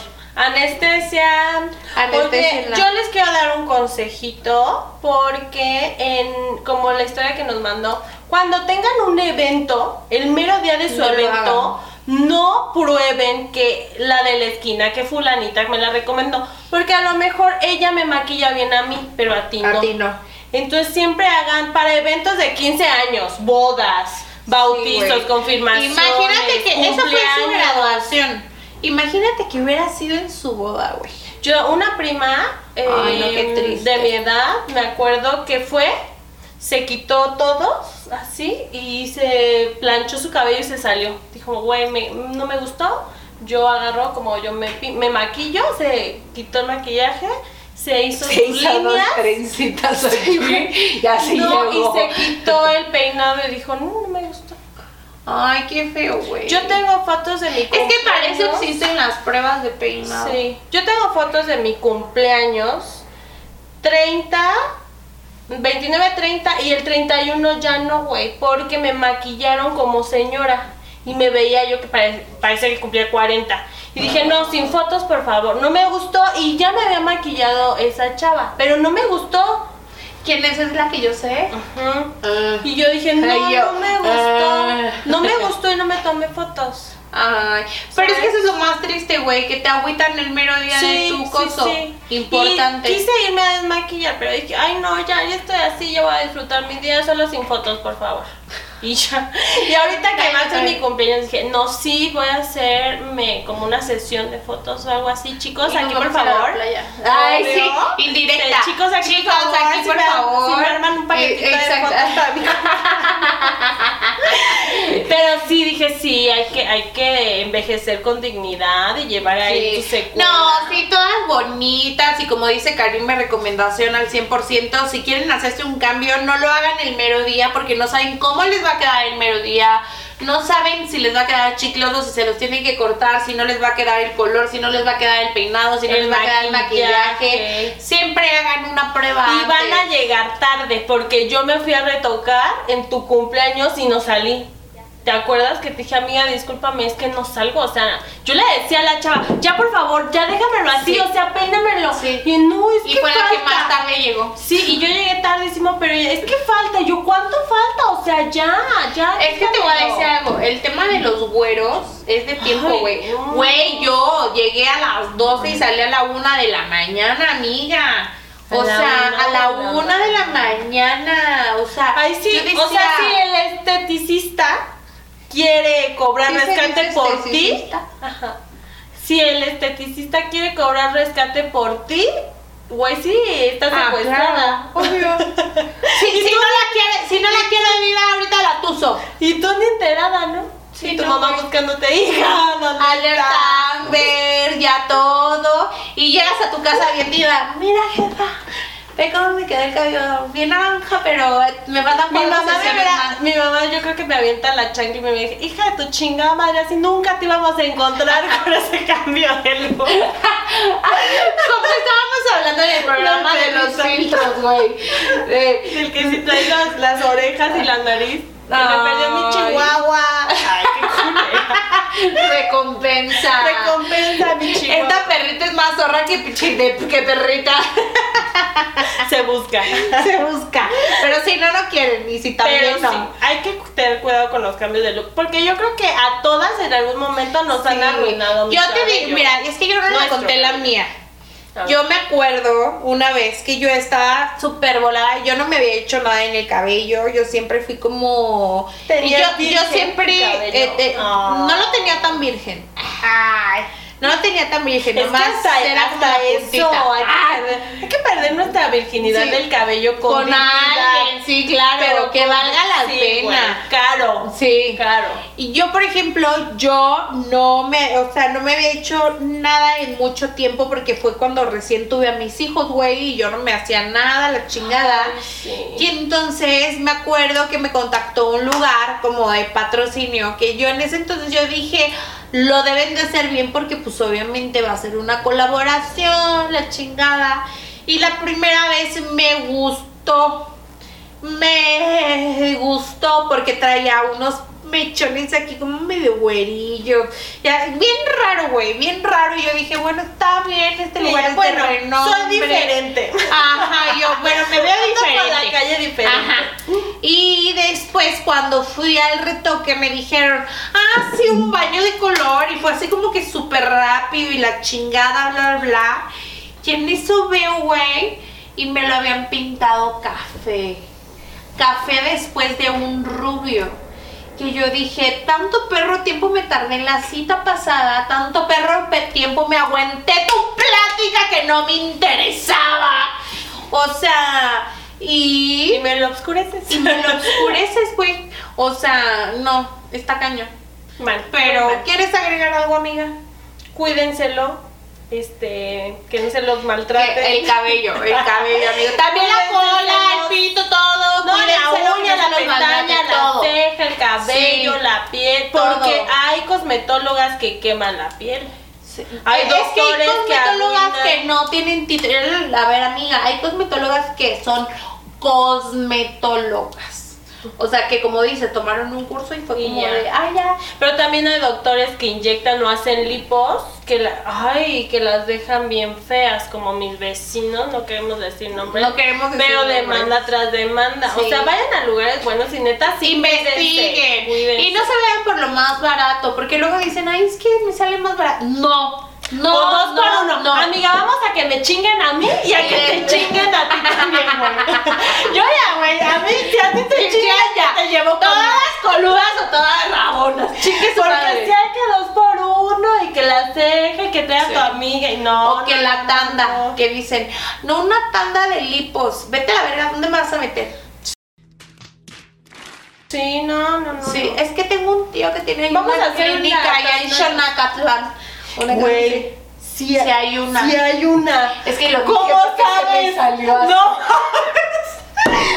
B: Anestesia. Oye,
A: Anestésienla.
B: yo les quiero dar un consejito porque en como la historia que nos mandó, cuando tengan un evento, el mero día de su
A: No lo
B: evento, no prueben que la de la esquina que fulanita me la recomendó, porque a lo mejor ella me maquilla bien a mí, pero a ti no.
A: A ti no.
B: Entonces siempre hagan para eventos de 15 años, bodas, bautizos,
A: Sí, güey.
B: confirmaciones.
A: Imagínate que esa fue su
B: cumpleaños.
A: graduación. Imagínate que hubiera sido en su boda, güey.
B: Yo, una prima eh,
A: Ay, no, qué triste.
B: de mi edad, me acuerdo que fue, se quitó todo, así, y se planchó su cabello y se salió. Dijo, güey, me- no me gustó. Yo agarro, como yo me, pi- me maquillo, se quitó el maquillaje, se hizo
A: Se
B: sus
A: hizo dos
B: líneas.
A: trencitas aquí, güey. Y así
B: no,
A: llegó.
B: y se quitó el peinado y dijo, no, no me gustó.
A: Ay, qué feo, güey.
B: Yo tengo fotos de mi
A: Es que para eso
B: cumpleaños.
A: existen las pruebas de peinado.
B: Sí, yo tengo fotos de mi cumpleaños 30, 29, 30 y el 31 ya no, güey, porque me maquillaron como señora y me veía yo que pare- parece que cumplía 40. Y dije, no, sin fotos, por favor. No me gustó y ya me había maquillado esa chava, pero no me gustó.
A: ¿Quién es? Es la que yo sé.
B: Ujú.
A: Ah.
B: Y yo dije, no,
A: Ay, yo,
B: no me
A: ah.
B: gustó. No me gustó y no me tomé fotos.
A: Ay, pero es que
B: ¿Sabes?
A: eso es lo más triste, güey, que te agüitan el mero día de tu coso. Importante.
B: Y quise irme a desmaquillar, pero dije, ay no, ya, ya estoy así, ya voy a disfrutar mis días solo sin fotos, por favor. Y ya. Y ahorita que va a ser mi cumpleaños, dije, no, sí, voy a hacerme como una sesión de fotos o algo así, chicos,
A: Y nos
B: aquí por
A: vamos a la
B: favor.
A: playa. Ay, sí,
B: Obvio.
A: indirecta.
B: Este, chicos, aquí
A: Chicos,
B: por favor,
A: aquí,
B: si
A: por
B: me-
A: favor.
B: si me arman un paquetito
A: Eh,
B: de
A: exacto.
B: fotos también. Pero sí dije, sí, hay que, hay que envejecer con dignidad y llevar ahí tu
A: Sí.
B: secuela.
A: No, sí, todas bonitas y como dice Karim, mi recomendación al 100%, si quieren hacerse un cambio, no lo hagan el mero día porque no saben cómo les va a quedar el mero día, no saben si les va a quedar chicloso, si se los tienen que cortar, si no les va a quedar el color, si no les va a quedar el peinado, si no
B: El
A: les va a quedar el maquillaje.
B: maquillaje.
A: Siempre hagan una prueba.
B: Y van a
A: antes.
B: llegar tarde porque yo me fui a retocar en tu cumpleaños y no salí. ¿Te acuerdas que te dije, amiga, discúlpame, es que no salgo? O sea, yo le decía a la chava, ya por favor, ya déjamelo así,
A: Sí.
B: o sea, pénamelo.
A: Sí.
B: Y no, es
A: Y
B: que
A: fue la que
B: falta.
A: más tarde llegó.
B: Sí, y yo llegué tardísimo, pero es que falta. Y Yo, ¿cuánto falta? O sea, ya, ya.
A: Es que te voy a
B: déjamelo".
A: decir algo, el tema de los güeros es de tiempo,
B: Ay,
A: güey.
B: no.
A: Güey, yo llegué a las 12 y salí a la 1 de la mañana, amiga.
B: A
A: O
B: la
A: sea,
B: una
A: a
B: de
A: la
B: la
A: 1 de la mañana, o sea,
B: Ay, sí,
A: yo
B: o sea,
A: decía,
B: si el esteticista quiere cobrar
A: ¿sí se
B: rescate
A: dice
B: por ti,
A: esteticista?
B: Ajá. Si el esteticista quiere cobrar rescate por ti, güey, sí, está
A: Ah,
B: secuestrada.
A: claro, obvio. Sí,
B: Y
A: si,
B: tú-
A: no la quiere, si no la quiere viva, ahorita la tuzo.
B: Y tú ni enterada, ¿no?
A: Sí,
B: y tu
A: no,
B: mamá
A: güey.
B: buscándote, hija, ¿dónde está?
A: Alerta Amber, ya todo. Y llegas a tu casa bien diva. Mira, jefa, ve cómo me quedó el cabello bien naranja, pero me faltan
B: Mi
A: cuatro
B: mamá, me
A: sesiones más.
B: verá- mi mamá yo creo que me avienta la chancla y me dice, hija de tu chingada madre, así nunca te íbamos a encontrar con ese cambio de look.
A: Como estábamos hablando en el programa
B: La
A: de los
B: pelota.
A: filtros, güey. Eh,
B: El que sí trae las, las orejas y la nariz. Que me perdió mi
A: Ay.
B: chihuahua. Ay, qué culera.
A: recompensa.
B: Recompensa mi chihuahua.
A: Ah. Esta perrita es más zorra que, pichi- de- que perrita.
B: se busca.
A: Se busca. Pero si no, no quieren. Y si
B: Pero
A: también no.
B: sí, hay que tener cuidado con los cambios de look, porque yo creo que a todas en algún momento nos han
A: Sí.
B: arruinado. ¿eh? mi
A: Yo te digo,
B: cabello.
A: mira, es que yo no le
B: Nuestro
A: conté la
B: cabello.
A: mía.
B: A ver.
A: Yo me acuerdo una vez que yo estaba súper volada, yo no me había hecho nada en el cabello, yo siempre fui como...
B: Tenía
A: y yo,
B: virgen
A: yo siempre...
B: tu cabello.
A: eh, eh,
B: Ah.
A: No lo tenía tan virgen. No lo tenía tan virgen,
B: es que
A: nomás
B: hasta,
A: era
B: hasta
A: como la
B: eso,
A: puntita.
B: hay que,
A: Ah,
B: perder, hay que perder nuestra virginidad
A: Sí.
B: del cabello con,
A: con
B: dignidad.
A: alguien, sí, claro, que valga la
B: sí,
A: pena.
B: güey, caro.
A: Sí.
B: Caro.
A: Y yo, por ejemplo, yo no me, o sea, no me había hecho nada en mucho tiempo porque fue cuando recién tuve a mis hijos, güey, y yo no me hacía nada, la chingada. Y entonces me acuerdo que me contactó un lugar como de patrocinio, que yo en ese entonces yo dije, lo deben de hacer bien porque pues obviamente va a ser una colaboración, la chingada. Y la primera vez me gustó, me gustó porque traía unos mechones aquí como medio güerillo. Ya, bien raro, güey, bien raro. Y yo dije, bueno, está bien, este
B: Y
A: lugar es de
B: bueno, soy
A: renombre.
B: diferente.
A: Ajá, yo, bueno, me veo
B: Ando por
A: diferente.
B: la calle diferente.
A: Ajá. Y después cuando fui al retoque me dijeron, ah, sí, un baño de color. Y fue así como que súper rápido y la chingada, bla, bla, bla. Y en eso veo, güey, y me lo habían pintado café. Café después de un rubio. Que yo dije, tanto perro tiempo me tardé en la cita pasada, tanto perro pe- tiempo me aguanté tu plática que no me interesaba. O sea, y
B: Y me lo oscureces.
A: y me lo oscureces, güey. O sea, no, está cañón.
B: Mal,
A: Pero,
B: pero
A: ¿quieres agregar algo, amiga?
B: cuídenselo. Este, que no se los maltraten.
A: El cabello, el cabello, amigo. También la cola, el pito, todo.
B: No,
A: cuídense,
B: la
A: no se
B: uña, la
A: los
B: pestaña,
A: maltrate,
B: la
A: todo.
B: ceja, el cabello,
A: Sí.
B: la piel,
A: Todo.
B: porque hay cosmetólogas que queman la piel.
A: Sí.
B: Hay
A: es que hay
B: doctores que
A: cosmetólogas
B: arruinan.
A: que, no tienen título. A ver, amiga, hay cosmetólogas que son cosmetólogas. O sea, que como dice, tomaron un curso y fue
B: Y
A: como
B: ya.
A: de, ah, ya.
B: Pero también hay doctores que inyectan o hacen lipos que la- ay, que las dejan bien feas, como mis vecinos, no queremos decir nombres.
A: No queremos decir
B: Pero
A: nombres.
B: demanda tras demanda.
A: Sí.
B: O sea, vayan a lugares buenos y neta sí
A: investiguen.
B: cuídense, cuídense.
A: Y no se vean por lo más barato, porque luego dicen, ay, es que me sale más barato. No, no,
B: O dos
A: no,
B: por uno.
A: no.
B: Amiga, vamos a que me chinguen a mí y a que te chinguen a ti también, güey. Yo ya, güey, a mí, si a ti te
A: Sí,
B: chingan,
A: ya.
B: ya te llevo
A: Todas
B: coludas o todas rabonas.
A: Chingue su madre.
B: Porque si hay que dos por uno y que la ceja y que te haga
A: Sí.
B: tu amiga y no.
A: O que
B: no,
A: la
B: no,
A: tanda,
B: no.
A: que dicen, no, una tanda de lipos. Vete a la verga, ¿dónde me vas a meter?
B: Sí, no, no, no.
A: Sí,
B: no.
A: es que tengo un tío que tiene ahí
B: Vamos
A: una
B: a hacer una
A: clínica allá en
B: tanda.
A: Xonacatlán. Una
B: Güey,
A: Sí
B: sí,
A: hay una.
B: Sí hay una.
A: Es que lo dije
B: ¿Cómo
A: porque se
B: sabes?
A: me salió así.
B: no.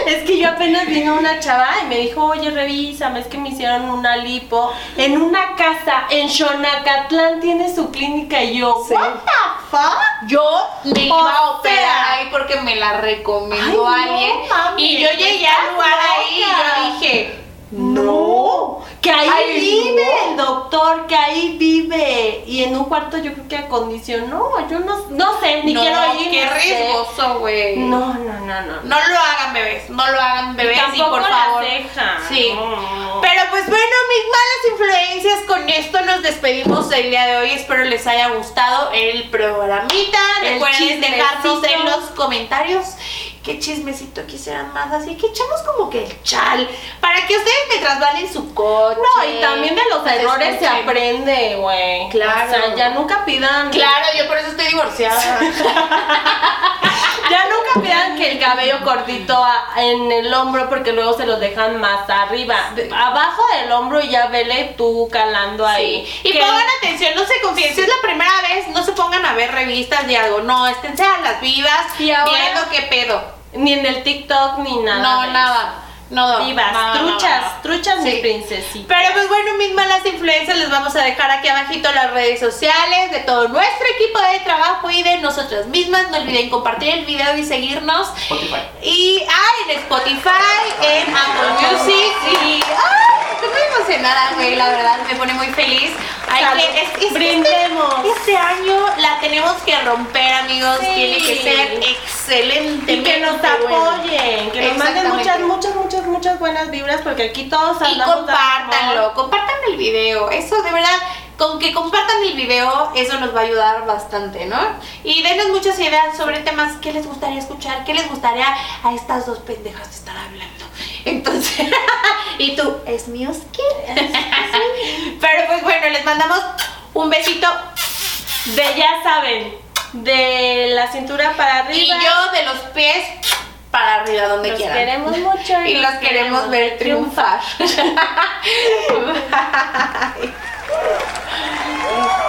B: Es que yo apenas vino una chava y me dijo, oye, revísame, es que me hicieron una lipo en una casa en Xonacatlán, tiene su clínica y yo,
A: Sí.
B: what the fuck?
A: Yo me iba a
B: O
A: operar
B: sea.
A: ahí porque me la recomendó
B: Ay, no,
A: alguien.
B: mami,
A: y yo llegué al
B: estás
A: lugar ahí y yo
B: loca.
A: dije,
B: No, que ahí
A: Ay,
B: vive
A: no.
B: el doctor, que ahí vive. Y en un cuarto yo creo que acondicionó, yo no, no sé, ni
A: no,
B: quiero ir.
A: qué
B: no sé.
A: riesgoso, güey.
B: No, no, no, no.
A: No lo hagan, bebés. No lo hagan, bebés. Y,
B: tampoco
A: por
B: la
A: favor.
B: ceja.
A: Sí.
B: No.
A: Pero pues bueno, mis malas influencias, con esto nos despedimos el día de hoy. Espero les haya gustado el programita.
B: El
A: Recuerden
B: este
A: dejarnos
B: chismecito.
A: en los comentarios qué chismecito quisieran más. Así que echamos como que el chal para que ustedes mientras van en su coche.
B: No, y también de los
A: nos
B: errores se
A: escuchen.
B: aprende, güey.
A: Claro.
B: O sea, ya nunca pidan.
A: Claro, yo por eso estoy divorciada.
B: Ya nunca pidan que el cabello cortito a- en el hombro porque luego se los dejan más arriba.
A: Sí.
B: Abajo del hombro y ya vele tú calando ahí.
A: Y
B: Que-
A: pongan atención, no se confíen. Si es la primera vez, no se pongan a ver revistas de algo. No, esténse a las vivas
B: Y ahora-
A: viendo qué pedo.
B: Ni en el TikTok ni nada. de
A: no,
B: eso.
A: nada. No,
B: Vivas,
A: nada,
B: truchas,
A: nada.
B: truchas
A: Sí.
B: mis princesitas.
A: Pero pues bueno, mis malas influencias les vamos a dejar aquí abajito las redes sociales de todo nuestro equipo de trabajo y de nosotras mismas. No olviden compartir el video y seguirnos.
C: Spotify.
A: Y ah, en Spotify, en Apple Music y ¡ay! Estoy muy emocionada, güey, la verdad, me pone muy feliz. Hay
B: Salud.
A: que, es- es- este-
B: Brindemos.
A: Este, año la tenemos que romper, amigos.
B: Sí.
A: Tiene que ser excelente.
B: Y que nos apoyen, que nos manden muchas,
A: Exactamente.
B: muchas, muchas, muchas buenas vibras porque aquí todos
A: Y
B: andamos dando amor.
A: compártanlo, compartan el video. Eso de verdad, con que compartan el video, eso nos va a ayudar bastante, ¿no? Y denos muchas ideas sobre temas que les gustaría escuchar, que les gustaría a estas dos pendejas estar hablando. Entonces, y tú, es mío, Pero pues bueno, les mandamos un besito
B: De ya saben, de la cintura para arriba.
A: y yo de los pies para arriba, donde
B: Los
A: quieran.
B: queremos mucho
A: Y los queremos ver triunfar. Bye.